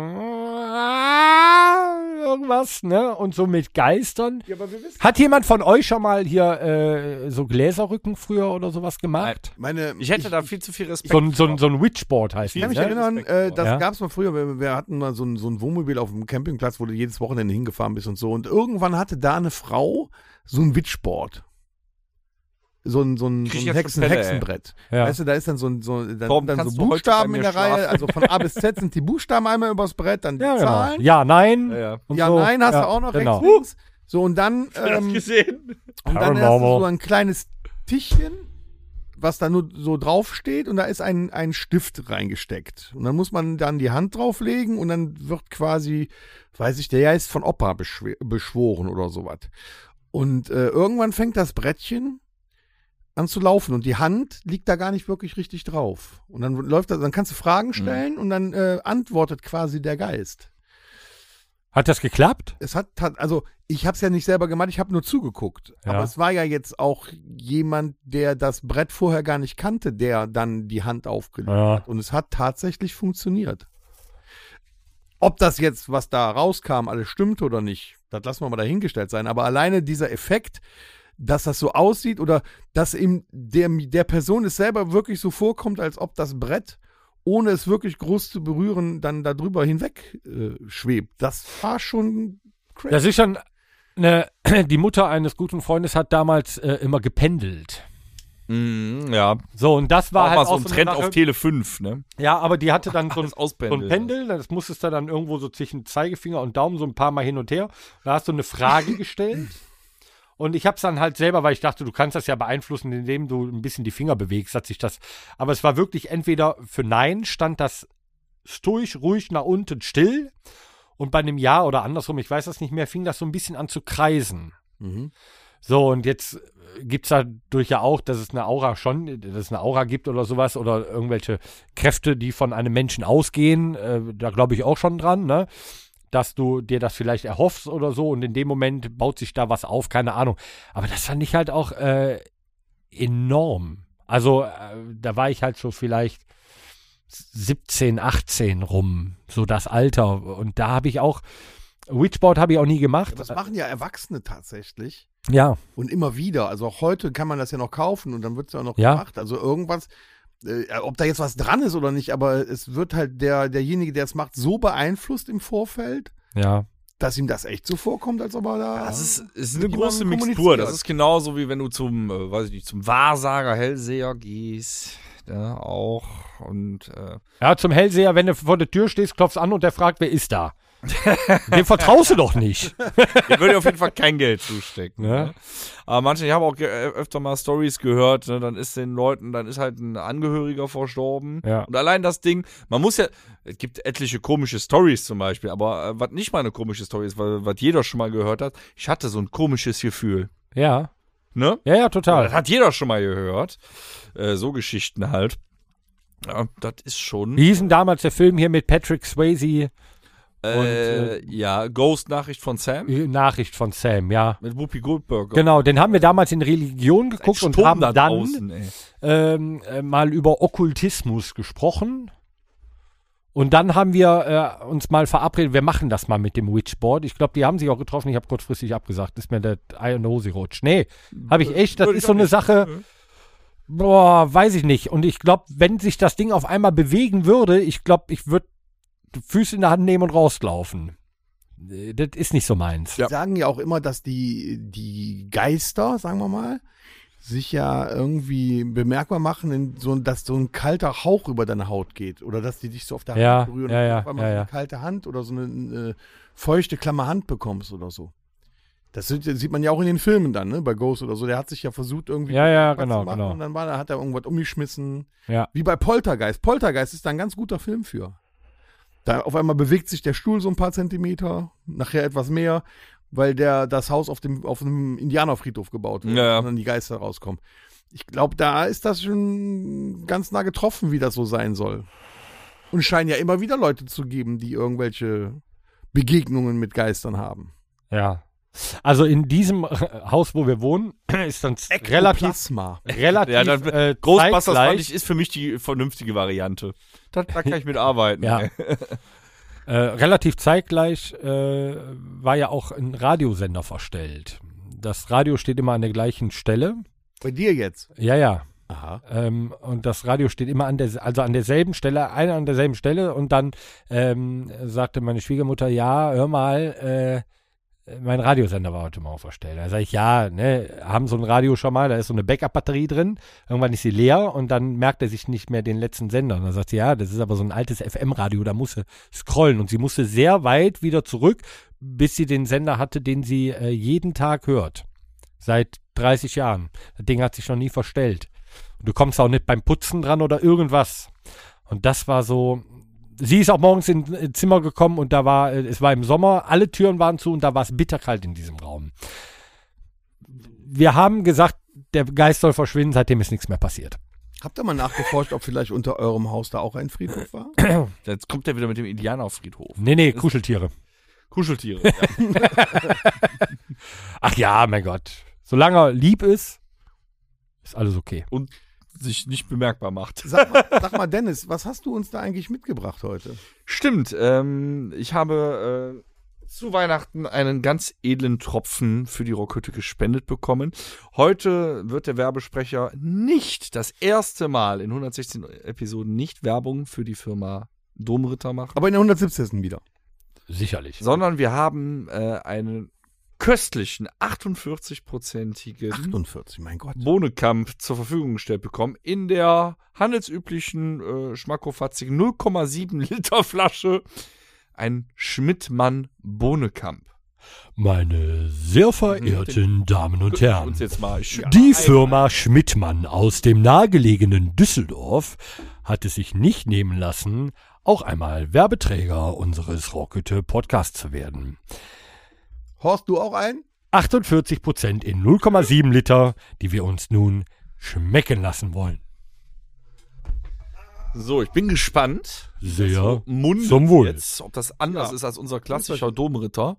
Speaker 2: irgendwas, ne? Und so mit Geistern.
Speaker 4: ja, aber wir wissen.
Speaker 2: Hat jemand von euch schon mal hier äh, so Gläserrücken früher oder sowas gemacht?
Speaker 4: Meine,
Speaker 3: Äh, Ich hätte da viel zu viel Respekt.
Speaker 2: So ein, so ein, so ein Witchboard heißt
Speaker 4: Ich kann
Speaker 2: das,
Speaker 4: mich
Speaker 2: ne?
Speaker 4: erinnern,
Speaker 3: Respekt
Speaker 4: äh,
Speaker 3: vor.
Speaker 4: das
Speaker 2: Ja.
Speaker 4: gab es mal früher. Wir, wir hatten mal so ein, so ein Wohnmobil auf dem Campingplatz, wo du jedes Wochenende hingefahren bist und so. Und irgendwann hatte da eine Frau so ein Witchboard. So ein, so ein,
Speaker 3: Krieg
Speaker 4: so
Speaker 3: ich
Speaker 4: ein
Speaker 3: jetzt
Speaker 4: Hexen,
Speaker 3: schon Pelle,
Speaker 4: Hexenbrett.
Speaker 2: Ja.
Speaker 4: Weißt du, da ist dann so ein so, dann,
Speaker 3: Torben,
Speaker 4: dann so
Speaker 3: kannst du heute
Speaker 4: Buchstaben
Speaker 3: bei
Speaker 4: in
Speaker 3: mir
Speaker 4: der Reihe.
Speaker 3: schlafen?
Speaker 4: Also von A bis Z sind die Buchstaben einmal übers Brett, dann die
Speaker 2: Ja,
Speaker 4: Zahlen. Äh,
Speaker 2: genau. ja, nein.
Speaker 3: Ja, ja.
Speaker 2: und
Speaker 4: Ja,
Speaker 2: so.
Speaker 4: nein, hast
Speaker 2: Ja,
Speaker 4: du auch noch
Speaker 2: genau.
Speaker 4: rechts, links. So, und dann, ähm,
Speaker 3: gesehen.
Speaker 4: und dann hast du
Speaker 2: Paranormal.
Speaker 4: so ein kleines Tischchen, was da nur so draufsteht und da ist ein, ein Stift reingesteckt. Und dann muss man dann die Hand drauflegen und dann wird quasi, weiß ich, der Geist von Opa beschw beschworen oder sowas. Und äh, irgendwann fängt das Brettchen an zu laufen und die Hand liegt da gar nicht wirklich richtig drauf. Und dann läuft das, dann kannst du Fragen stellen und dann äh, antwortet quasi der Geist.
Speaker 2: Hat das geklappt?
Speaker 4: Es hat, tat- also ich habe es ja nicht selber gemacht, ich habe nur zugeguckt.
Speaker 2: Ja.
Speaker 4: Aber es war ja jetzt auch jemand, der das Brett vorher gar nicht kannte, der dann die Hand aufgelegt
Speaker 2: Ja.
Speaker 4: hat. Und es hat tatsächlich funktioniert. Ob das jetzt, was da rauskam, alles stimmt oder nicht, das lassen wir mal dahingestellt sein. Aber alleine dieser Effekt, dass das so aussieht oder dass eben der, der Person es selber wirklich so vorkommt, als ob das Brett, ohne es wirklich groß zu berühren, dann darüber hinweg äh, schwebt. Das war schon crazy.
Speaker 2: Das ist schon. Ne, die Mutter eines guten Freundes hat damals äh, immer gependelt.
Speaker 3: Mhm, ja.
Speaker 2: So, und das war
Speaker 3: War
Speaker 2: halt
Speaker 3: mal so
Speaker 2: auch
Speaker 3: ein
Speaker 2: eine
Speaker 3: Trend
Speaker 2: Sache-
Speaker 3: auf Tele 5, ne?
Speaker 2: Ja, aber die hatte dann so ein,
Speaker 3: Alles
Speaker 2: so ein
Speaker 3: auspendelt.
Speaker 2: Pendel, das musstest du dann irgendwo so zwischen Zeigefinger und Daumen so ein paar Mal hin und her. Da hast du eine Frage gestellt. Und ich habe es dann halt selber, weil ich dachte, du kannst das ja beeinflussen, indem du ein bisschen die Finger bewegst, hat sich das. Aber es war wirklich entweder für Nein stand das stoisch, ruhig nach unten still. Und bei einem Ja oder andersrum, ich weiß das nicht mehr, fing das so ein bisschen an zu kreisen.
Speaker 4: Mhm.
Speaker 2: So, und jetzt gibt es dadurch ja auch, dass es eine Aura schon, dass es eine Aura gibt oder sowas oder irgendwelche Kräfte, die von einem Menschen ausgehen. Äh, da glaube ich auch schon dran, ne? Dass du dir das vielleicht erhoffst oder so und in dem Moment baut sich da was auf, keine Ahnung. Aber das fand ich halt auch äh, enorm. Also, äh, da war ich halt so vielleicht 17, 18 rum, so das Alter. Und da habe ich auch, Witchboard habe ich auch nie gemacht.
Speaker 4: Das machen ja Erwachsene tatsächlich.
Speaker 2: ja.
Speaker 4: Und immer wieder. Also auch heute kann man das ja noch kaufen und dann wird es ja auch noch
Speaker 2: Ja.
Speaker 4: gemacht. Also irgendwas, äh, ob da jetzt was dran ist oder nicht, aber es wird halt der, derjenige, der es macht, so beeinflusst im Vorfeld,
Speaker 2: Ja,
Speaker 4: dass ihm das echt so vorkommt, als ob er da.
Speaker 3: Das ist, ist eine
Speaker 4: Mit
Speaker 3: große
Speaker 4: jemandem
Speaker 3: Mixtur. Das
Speaker 4: kommuniziert.
Speaker 3: ist genauso wie wenn du zum, äh, weiß ich nicht, zum Wahrsager, Hellseher gehst. Ja, auch. Und äh,
Speaker 2: Ja, zum Hellseher, wenn du vor der Tür stehst, klopfst an und der fragt, wer ist da? Dem vertraust du doch nicht.
Speaker 3: ich würde auf jeden Fall kein Geld zustecken.
Speaker 2: Ja.
Speaker 3: Ne? Aber manche, ich habe auch ge- äh, öfter mal Stories gehört, ne? dann ist den Leuten, dann ist halt ein Angehöriger verstorben.
Speaker 2: Ja.
Speaker 3: Und allein das Ding, man muss ja, es gibt etliche komische Stories zum Beispiel, aber äh, was nicht mal eine komische Story ist, weil was jeder schon mal gehört hat, ich hatte so ein komisches Gefühl.
Speaker 2: Ja,
Speaker 3: Ne?
Speaker 2: ja, ja,
Speaker 3: Das
Speaker 2: total.
Speaker 3: hat jeder schon mal gehört. Äh, so Geschichten halt. Ja, das ist schon.
Speaker 2: Wie hieß denn damals der Film hier mit Patrick Swayze?
Speaker 3: äh, ja, Ghost-Nachricht von Sam
Speaker 2: Äh, Nachricht von Sam, ja.
Speaker 3: mit Whoopi Goldberg.
Speaker 2: Genau, den haben wir damals in Religion geguckt und
Speaker 3: Sturm
Speaker 2: haben
Speaker 3: da
Speaker 2: dann
Speaker 3: draußen, ey.
Speaker 2: ähm, äh, mal über Okkultismus gesprochen. Und dann haben wir äh, uns mal verabredet, wir machen das mal mit dem Witchboard. Ich glaube, die haben sich auch getroffen, ich habe kurzfristig abgesagt, ist mir der Ei in die Hose gerutscht. Nee, habe ich echt, das
Speaker 3: Würde ich
Speaker 2: ist so
Speaker 3: auch
Speaker 2: eine
Speaker 3: nicht.
Speaker 2: Sache,
Speaker 3: Mhm.
Speaker 2: boah, weiß ich nicht. Und ich glaube, wenn sich das Ding auf einmal bewegen würde, ich glaube, ich würde Füße in der Hand nehmen und rauslaufen. Äh, Das ist nicht so meins.
Speaker 4: Die sagen ja auch immer, dass die, die Geister, sagen wir mal, sich ja irgendwie bemerkbar machen, in so, dass so ein kalter Hauch über deine Haut geht oder dass die dich so auf der
Speaker 2: Ja,
Speaker 4: Hand berühren
Speaker 2: ja,
Speaker 4: und
Speaker 2: ja,
Speaker 4: auf einmal
Speaker 2: ja,
Speaker 4: so
Speaker 2: ja.
Speaker 4: eine kalte Hand oder so eine äh, feuchte, klamme Hand bekommst oder so. Das sieht, sieht man ja auch in den Filmen dann, ne? bei Ghost oder so. Der hat sich ja versucht, irgendwie
Speaker 2: Ja, ja,
Speaker 4: was
Speaker 2: genau,
Speaker 4: zu machen
Speaker 2: genau.
Speaker 3: ne?
Speaker 4: und dann war, da hat er irgendwas umgeschmissen.
Speaker 2: Ja.
Speaker 4: Wie bei Poltergeist. Poltergeist ist da ein ganz guter Film für. Da auf einmal bewegt sich der Stuhl so ein paar Zentimeter, nachher etwas mehr, weil der das Haus auf dem auf einem Indianerfriedhof gebaut wird
Speaker 3: Ja.
Speaker 4: und dann die Geister rauskommen. Ich glaube, da ist das schon ganz nah getroffen, wie das so sein soll. Und es scheinen ja immer wieder Leute zu geben, die irgendwelche Begegnungen mit Geistern haben.
Speaker 2: Ja. Also in diesem Haus, wo wir wohnen, ist dann relativ
Speaker 4: Plasma.
Speaker 2: relativ
Speaker 3: Ja, dann-
Speaker 2: äh,
Speaker 3: Ghostbusters fand
Speaker 2: zeitgleich,
Speaker 3: ich, ist für mich die vernünftige Variante. Da, da kann ich mit arbeiten.
Speaker 2: Ja.
Speaker 3: ey.
Speaker 2: äh, relativ zeitgleich äh, war ja auch ein Radiosender verstellt. Das Radio steht immer an der gleichen Stelle.
Speaker 4: Bei dir jetzt.
Speaker 2: Ja, ja.
Speaker 4: Aha.
Speaker 2: Ähm, und das Radio steht immer an der, also an derselben Stelle, einer an derselben Stelle. Und dann ähm, sagte meine Schwiegermutter, ja, hör mal, äh, mein Radiosender war heute Morgen verstellt. Da sage ich, ja, ne, haben so ein Radio schon mal, da ist so eine Backup-Batterie drin. Irgendwann ist sie leer und dann merkt er sich nicht mehr den letzten Sender. Und dann sagt sie, ja, das ist aber so ein altes FM-Radio, da musste scrollen. Und sie musste sehr weit wieder zurück, bis sie den Sender hatte, den sie äh, jeden Tag hört. Seit 30 Jahren. Das Ding hat sich noch nie verstellt. Du kommst auch nicht beim Putzen dran oder irgendwas. Und das war so. Sie ist auch morgens ins äh, Zimmer gekommen und da war, äh, es war im Sommer, alle Türen waren zu und da war es bitterkalt in diesem Raum. Wir haben gesagt, der Geist soll verschwinden, seitdem ist nichts mehr passiert.
Speaker 4: Habt ihr mal nachgeforscht, ob vielleicht unter eurem Haus da auch ein Friedhof war?
Speaker 3: Jetzt kommt er wieder mit dem Indianerfriedhof.
Speaker 2: Nee, nee, Kuscheltiere.
Speaker 3: Kuscheltiere. ja.
Speaker 2: Ach ja, mein Gott. Solange er lieb ist, ist alles okay.
Speaker 3: Und sich nicht bemerkbar macht.
Speaker 4: Sag mal, sag mal, Dennis, was hast du uns da eigentlich mitgebracht heute?
Speaker 3: Stimmt, ähm, ich habe äh, zu Weihnachten einen ganz edlen Tropfen für die Rockhütte gespendet bekommen. Heute wird der Werbesprecher nicht das erste Mal in 116 Episoden nicht Werbung für die Firma Domritter machen,
Speaker 4: Aber in der 117. wieder.
Speaker 2: Sicherlich.
Speaker 3: sondern wir haben äh, einen köstlichen 48-prozentigen
Speaker 4: 48, mein Gott.
Speaker 3: Bohnenkampf zur Verfügung gestellt bekommen in der handelsüblichen äh, schmackofatzigen 0,7 Liter Flasche. Ein Schmidtmann Bohnenkamp.
Speaker 2: Meine sehr verehrten Damen und Herren,
Speaker 3: Uns jetzt mal. Ich-
Speaker 2: Die Firma Schmidtmann aus dem nahegelegenen Düsseldorf hat es sich nicht nehmen lassen, auch einmal Werbeträger unseres Rockete Podcasts zu werden.
Speaker 4: Horst, du auch ein?
Speaker 2: 48 Prozent in 0,7 Liter, die wir uns nun schmecken lassen wollen.
Speaker 3: So, ich bin gespannt.
Speaker 2: Sehr
Speaker 3: Also Mund
Speaker 2: zum Wohl.
Speaker 3: jetzt, ob das anders ist als unser klassischer Domritter.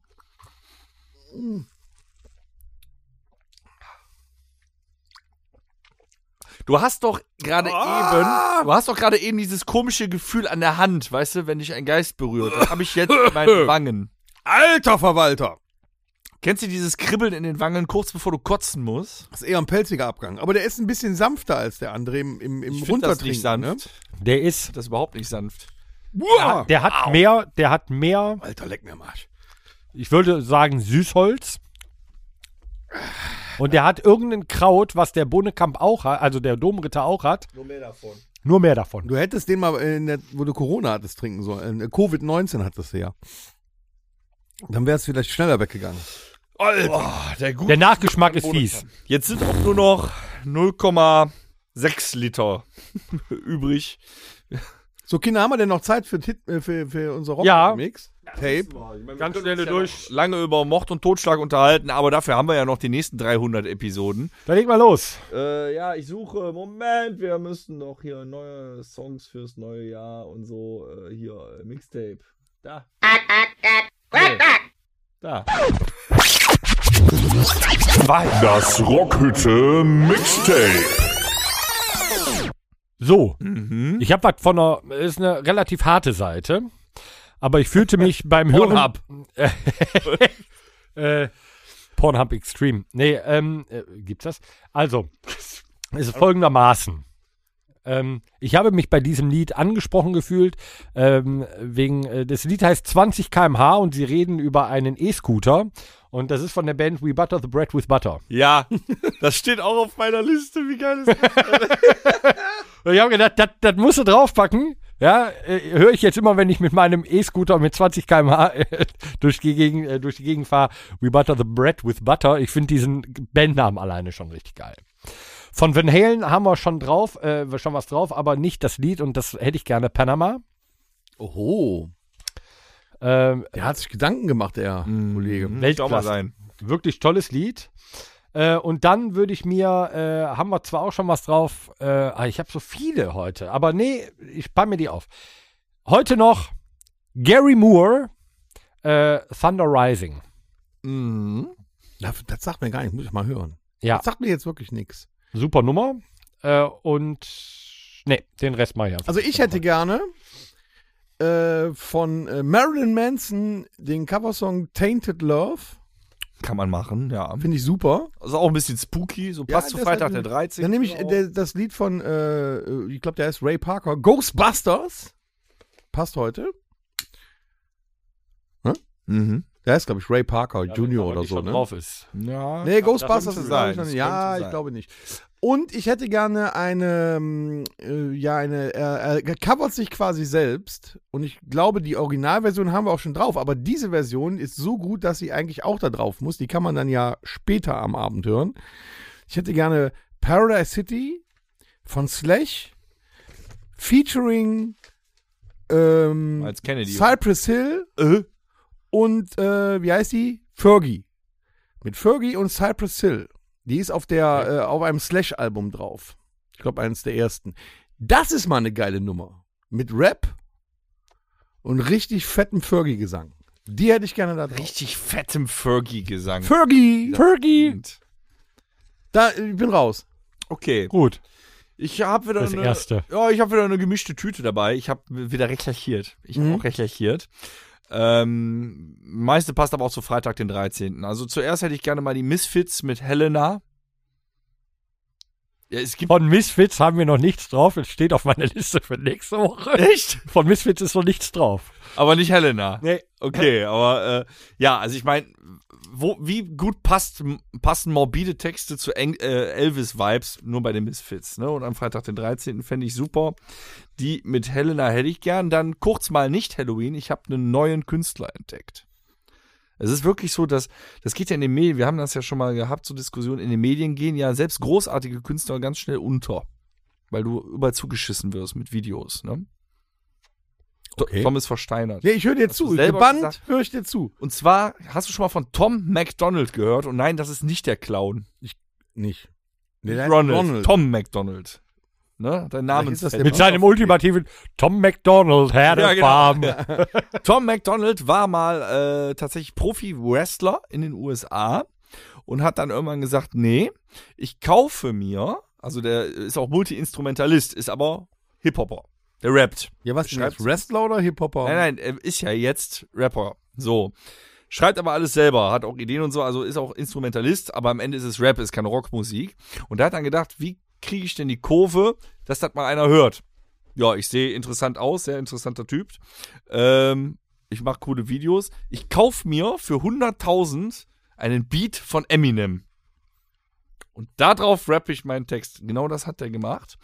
Speaker 3: Du hast doch gerade eben, du hast doch gerade eben dieses komische Gefühl an der Hand, weißt du, wenn dich ein Geist berührt. Das habe ich jetzt in meinen Wangen.
Speaker 4: Alter Verwalter!
Speaker 3: Kennst du dieses Kribbeln in den Wangen kurz bevor du kotzen musst?
Speaker 4: Das ist eher ein pelziger Abgang. Aber der ist ein bisschen sanfter als der andere im, im, im
Speaker 3: find das nicht sanft.
Speaker 4: ne?
Speaker 2: Der ist,
Speaker 3: Das ist überhaupt nicht sanft.
Speaker 2: der hat, der hat mehr, der hat mehr,
Speaker 4: Alter, leck mir am Arsch.
Speaker 2: ich würde sagen Süßholz. Und der hat irgendein Kraut, was der Bohnekamp auch hat, also der Domritter auch hat. Nur mehr davon. Nur mehr davon.
Speaker 4: Du hättest den mal, in der, wo du Corona hattest, trinken sollen. Äh, Covid-19 hattest du ja. Dann wär's vielleicht schneller weggegangen.
Speaker 3: Alter, der gute
Speaker 2: Der Nachgeschmack ist fies.
Speaker 3: Jetzt sind auch nur noch 0,6 Liter übrig.
Speaker 4: So, Kinder, haben wir denn noch Zeit für, Tit- äh, für, für unser rock
Speaker 2: Ja.
Speaker 4: mix Tape?
Speaker 2: Ganz schnelle durch.
Speaker 3: Lange über Mord und Totschlag unterhalten, aber dafür haben wir ja noch die nächsten 300 Episoden.
Speaker 2: Dann leg mal los.
Speaker 5: Äh, ja, ich suche. Moment, wir müssen noch hier neue Songs fürs neue Jahr und so. Äh, hier, äh, Mixtape. Da. Hier. Da.
Speaker 1: Das Rockhütte Mixtape.
Speaker 2: So, ich habe was von einer, ist eine relativ harte Seite, aber ich fühlte mich beim Hören.
Speaker 3: Pornhub.
Speaker 2: äh, Pornhub Extreme. Nee, ähm, äh, gibt's das? Also, es ist folgendermaßen. Ähm, ich habe mich bei diesem Lied angesprochen gefühlt, ähm, wegen, äh, das Lied heißt 20 kmh und sie reden über einen E-Scooter und das ist von der Band We Butter the Bread with Butter.
Speaker 3: Ja, das steht auch auf meiner Liste.
Speaker 4: äh,
Speaker 3: Wie geil ist das?
Speaker 2: Und ich habe gedacht, das, das musst du draufpacken. Ja, äh, höre ich jetzt immer, wenn ich mit meinem E-Scooter mit 20 km/h äh, durch, die Gegend, äh, durch die Gegend fahre. We butter the bread with butter. Ich finde diesen Bandnamen alleine schon richtig geil. Von Van Halen haben wir schon drauf, äh, schon was drauf, aber nicht das Lied und das hätte ich gerne Panama.
Speaker 4: Oho.
Speaker 2: Ähm,
Speaker 4: Der hat sich Gedanken gemacht, der Kollege.
Speaker 3: Schau mal Hm, sein.
Speaker 2: Wirklich tolles Lied. Äh, und dann würde ich mir, äh, haben wir zwar auch schon was drauf, äh, ah, ich habe so viele heute, aber nee, ich spare mir die auf. Heute noch Gary Moore, äh, Thunder Rising.
Speaker 4: Mhm. Das, das sagt mir gar nicht, muss ich mal hören.
Speaker 2: Ja.
Speaker 4: Das sagt mir jetzt wirklich nichts.
Speaker 2: Super Nummer. Äh, und nee, den Rest mache ich einfach.
Speaker 4: Also ich hätte gerne äh, von äh, Marilyn Manson den Coversong Tainted Love.
Speaker 3: Kann man machen, ja.
Speaker 4: Finde ich super.
Speaker 3: Also auch ein bisschen spooky, so
Speaker 4: Ja,
Speaker 3: passt zu
Speaker 4: das-
Speaker 3: Freitag der 13.
Speaker 4: Dann nehme ich äh, der, das Lied von, äh, ich glaube, der heißt Ray Parker, Ghostbusters. Passt heute.
Speaker 3: Mhm.
Speaker 4: Der heißt, glaube ich, Ray Parker Junior oder so.
Speaker 2: schon
Speaker 4: Ne?
Speaker 2: drauf ist.
Speaker 3: Ja.
Speaker 4: Nee, Ghostbusters
Speaker 3: könnte
Speaker 4: ist glaube ich
Speaker 3: sein,
Speaker 4: noch nicht.
Speaker 3: das
Speaker 4: Ja,
Speaker 3: könnte
Speaker 4: ich
Speaker 3: sein.
Speaker 4: glaube nicht. Und ich hätte gerne eine, ähm, äh, ja, eine, er, er covert sich quasi selbst. Und ich glaube, die Originalversion haben wir auch schon drauf. Aber diese Version ist so gut, dass sie eigentlich auch da drauf muss. Die kann man dann ja später am Abend hören. Ich hätte gerne Paradise City von Slash featuring ähm,
Speaker 3: Als Kennedy.
Speaker 4: Cypress Hill äh, und äh, wie heißt die? Fergie. Mit Fergie und Cypress Hill. Die ist auf der äh, auf einem Slash-Album drauf. Ich glaube, eines der ersten. Das ist mal eine geile Nummer. Mit Rap und richtig fettem Fergie-Gesang. Die hätte ich gerne da drauf.
Speaker 3: Richtig fettem Fergie-Gesang.
Speaker 4: Fergie!
Speaker 2: Fergie!
Speaker 4: Da, ich bin raus.
Speaker 3: Okay.
Speaker 2: Gut.
Speaker 3: Ich habe wieder
Speaker 2: Das
Speaker 3: eine,
Speaker 2: erste.
Speaker 3: Ja, ich habe wieder eine gemischte Tüte dabei. Ich habe wieder recherchiert. Ich habe
Speaker 4: Mhm.
Speaker 3: auch recherchiert. Ähm, meiste passt aber auch zu Freitag, den 13. Also zuerst hätte ich gerne mal die Misfits mit Helena. Ja, es gibt.
Speaker 2: Von Misfits haben wir noch nichts drauf. Es steht auf meiner Liste für nächste Woche.
Speaker 3: Echt?
Speaker 2: Von Misfits ist noch nichts drauf.
Speaker 3: Aber nicht Helena.
Speaker 2: Nee.
Speaker 3: Okay, aber äh, ja, also ich meine, wo, wie gut passt, passen morbide Texte zu Eng, äh, Elvis-Vibes nur bei den Misfits, ne? Und am Freitag, den 13. fände ich super. Die mit Helena hätte ich gern. Dann kurz mal nicht Halloween, ich habe einen neuen Künstler entdeckt. Es ist wirklich so, dass das geht ja in den Medien, wir haben das ja schon mal gehabt zur Diskussion, in den Medien gehen ja selbst großartige Künstler ganz schnell unter, weil du überall zugeschissen wirst mit Videos, ne?
Speaker 4: Okay.
Speaker 3: Tom ist versteinert.
Speaker 4: Nee, ich höre dir
Speaker 3: Hast
Speaker 4: zu.
Speaker 3: du selber
Speaker 4: Gebannt
Speaker 3: gesagt?
Speaker 4: höre ich dir zu.
Speaker 3: Und zwar, hast du schon mal von Tom McDonald gehört? Und nein, das ist nicht der Clown.
Speaker 4: Nicht.
Speaker 3: Tom McDonald. Ne? Dein Name
Speaker 4: Vielleicht ist
Speaker 3: ist
Speaker 4: das
Speaker 3: Tom.
Speaker 4: der-
Speaker 2: Mit seinem ultimativen Tom McDonald, Herr
Speaker 3: Ja,
Speaker 2: der
Speaker 3: genau.
Speaker 2: Farm.
Speaker 3: Tom McDonald war mal äh, tatsächlich Profi-Wrestler in den USA und hat dann irgendwann gesagt, nee, ich kaufe mir, also der ist auch Multi-Instrumentalist, ist aber Hip-Hopper. Der rappt.
Speaker 4: Ja, was denn
Speaker 3: Schreibt's.
Speaker 4: jetzt? Wrestler oder Hip-Hopper?
Speaker 3: Nein, nein, er ist ja jetzt Rapper. So. Schreibt aber alles selber, hat auch Ideen und so, also ist auch Instrumentalist, aber am Ende ist es Rap, ist keine Rockmusik. Und da hat dann gedacht, wie kriege ich denn die Kurve, dass das mal einer hört? Ja, ich sehe interessant aus, sehr interessanter Typ. Ähm, ich mache coole Videos. Ich kaufe mir für 100.000 einen Beat von Eminem. Und darauf rappe ich meinen Text. Genau das hat er gemacht.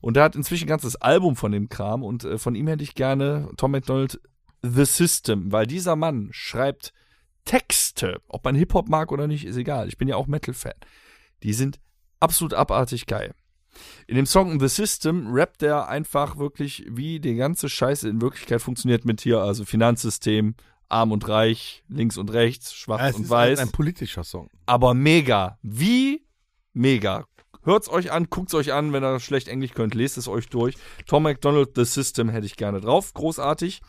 Speaker 3: Und der hat inzwischen ein ganzes Album von dem Kram und äh, von ihm hätte ich gerne Tom McDonald The System, weil dieser Mann schreibt Texte, ob man Hip-Hop mag oder nicht, ist egal. Ich bin ja auch Metal-Fan. Die sind absolut abartig geil. In dem Song The System rappt er einfach wirklich, wie die ganze Scheiße in Wirklichkeit funktioniert mit hier, also Finanzsystem, arm und reich, links und rechts, schwarz
Speaker 4: Ja, es
Speaker 3: und
Speaker 4: ist halt
Speaker 3: weiß
Speaker 4: ein politischer Song.
Speaker 3: aber mega. Wie mega. Hört's euch an, guckt's euch an, wenn ihr schlecht Englisch könnt, lest es euch durch. Tom McDonald, The System hätte ich gerne drauf. Großartig.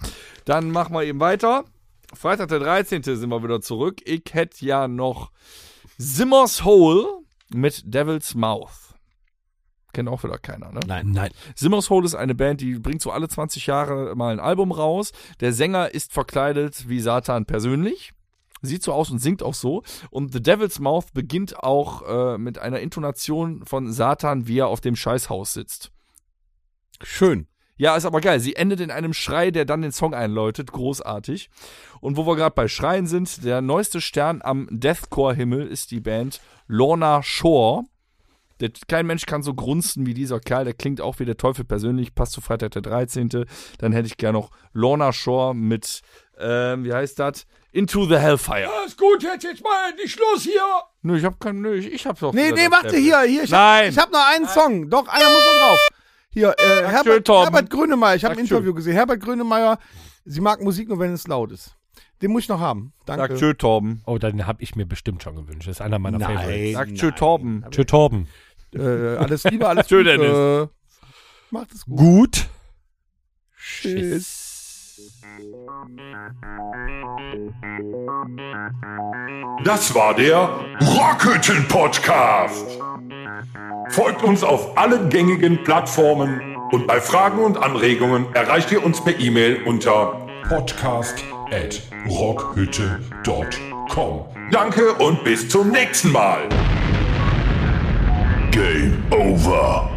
Speaker 3: Dann machen wir eben weiter. Freitag, der 13. sind wir wieder zurück. Ich hätte ja noch Simmers Hole mit Devil's Mouth. Kennt auch wieder keiner, ne?
Speaker 2: Nein, nein.
Speaker 3: Simmers Hole ist eine Band, die bringt so alle 20 Jahre mal ein Album raus. Der Sänger ist verkleidet wie Satan persönlich. Sieht so aus und singt auch so. Und The Devil's Mouth beginnt auch äh, mit einer Intonation von Satan, wie er auf dem Scheißhaus sitzt.
Speaker 4: Schön.
Speaker 3: Ja, ist aber geil. Sie endet in einem Schrei, der dann den Song einläutet. Großartig. Und wo wir gerade bei Schreien sind, der neueste Stern am Deathcore-Himmel ist die Band Lorna Shore. Der, kein Mensch kann so grunzen wie dieser Kerl. Der klingt auch wie der Teufel persönlich. Passt zu Freitag der 13. Dann hätte ich gerne noch Lorna Shore mit, ähm, wie heißt das? Into the Hellfire.
Speaker 2: Alles gut, jetzt, jetzt mal endlich Schluss hier.
Speaker 3: Nö, ich hab keinen, nö, ich, ich hab's doch.
Speaker 4: Nee,
Speaker 3: gesagt,
Speaker 4: nee,
Speaker 3: das
Speaker 4: warte,
Speaker 3: Level.
Speaker 4: hier, hier. Ich
Speaker 3: Nein.
Speaker 4: Hab, ich habe noch einen Song. Doch, einer muss noch drauf. Hier, äh, Herbert,
Speaker 3: Tom.
Speaker 4: Herbert Grönemeyer. Ich habe ein
Speaker 3: Dankeschön.
Speaker 4: Interview gesehen. Herbert Grönemeyer, sie mag Musik nur, wenn es laut ist. Den muss ich noch haben. Danke.
Speaker 3: Sag tschö, Torben.
Speaker 2: Oh, dann habe ich mir bestimmt schon gewünscht. Das ist einer meiner
Speaker 4: Nein.
Speaker 2: Favorites.
Speaker 3: Sag tschö, Torben.
Speaker 2: Tschö, Torben.
Speaker 4: Äh, alles Liebe, alles
Speaker 3: Tschö,
Speaker 4: Gute.
Speaker 3: Dennis.
Speaker 4: Macht es gut.
Speaker 2: Gut.
Speaker 4: Tschüss.
Speaker 1: Das war der Rockhütten Podcast. Folgt uns auf allen gängigen Plattformen und bei Fragen und Anregungen erreicht ihr uns per E-Mail unter podcast@rockhütte.com. Danke und bis zum nächsten Mal. Game over.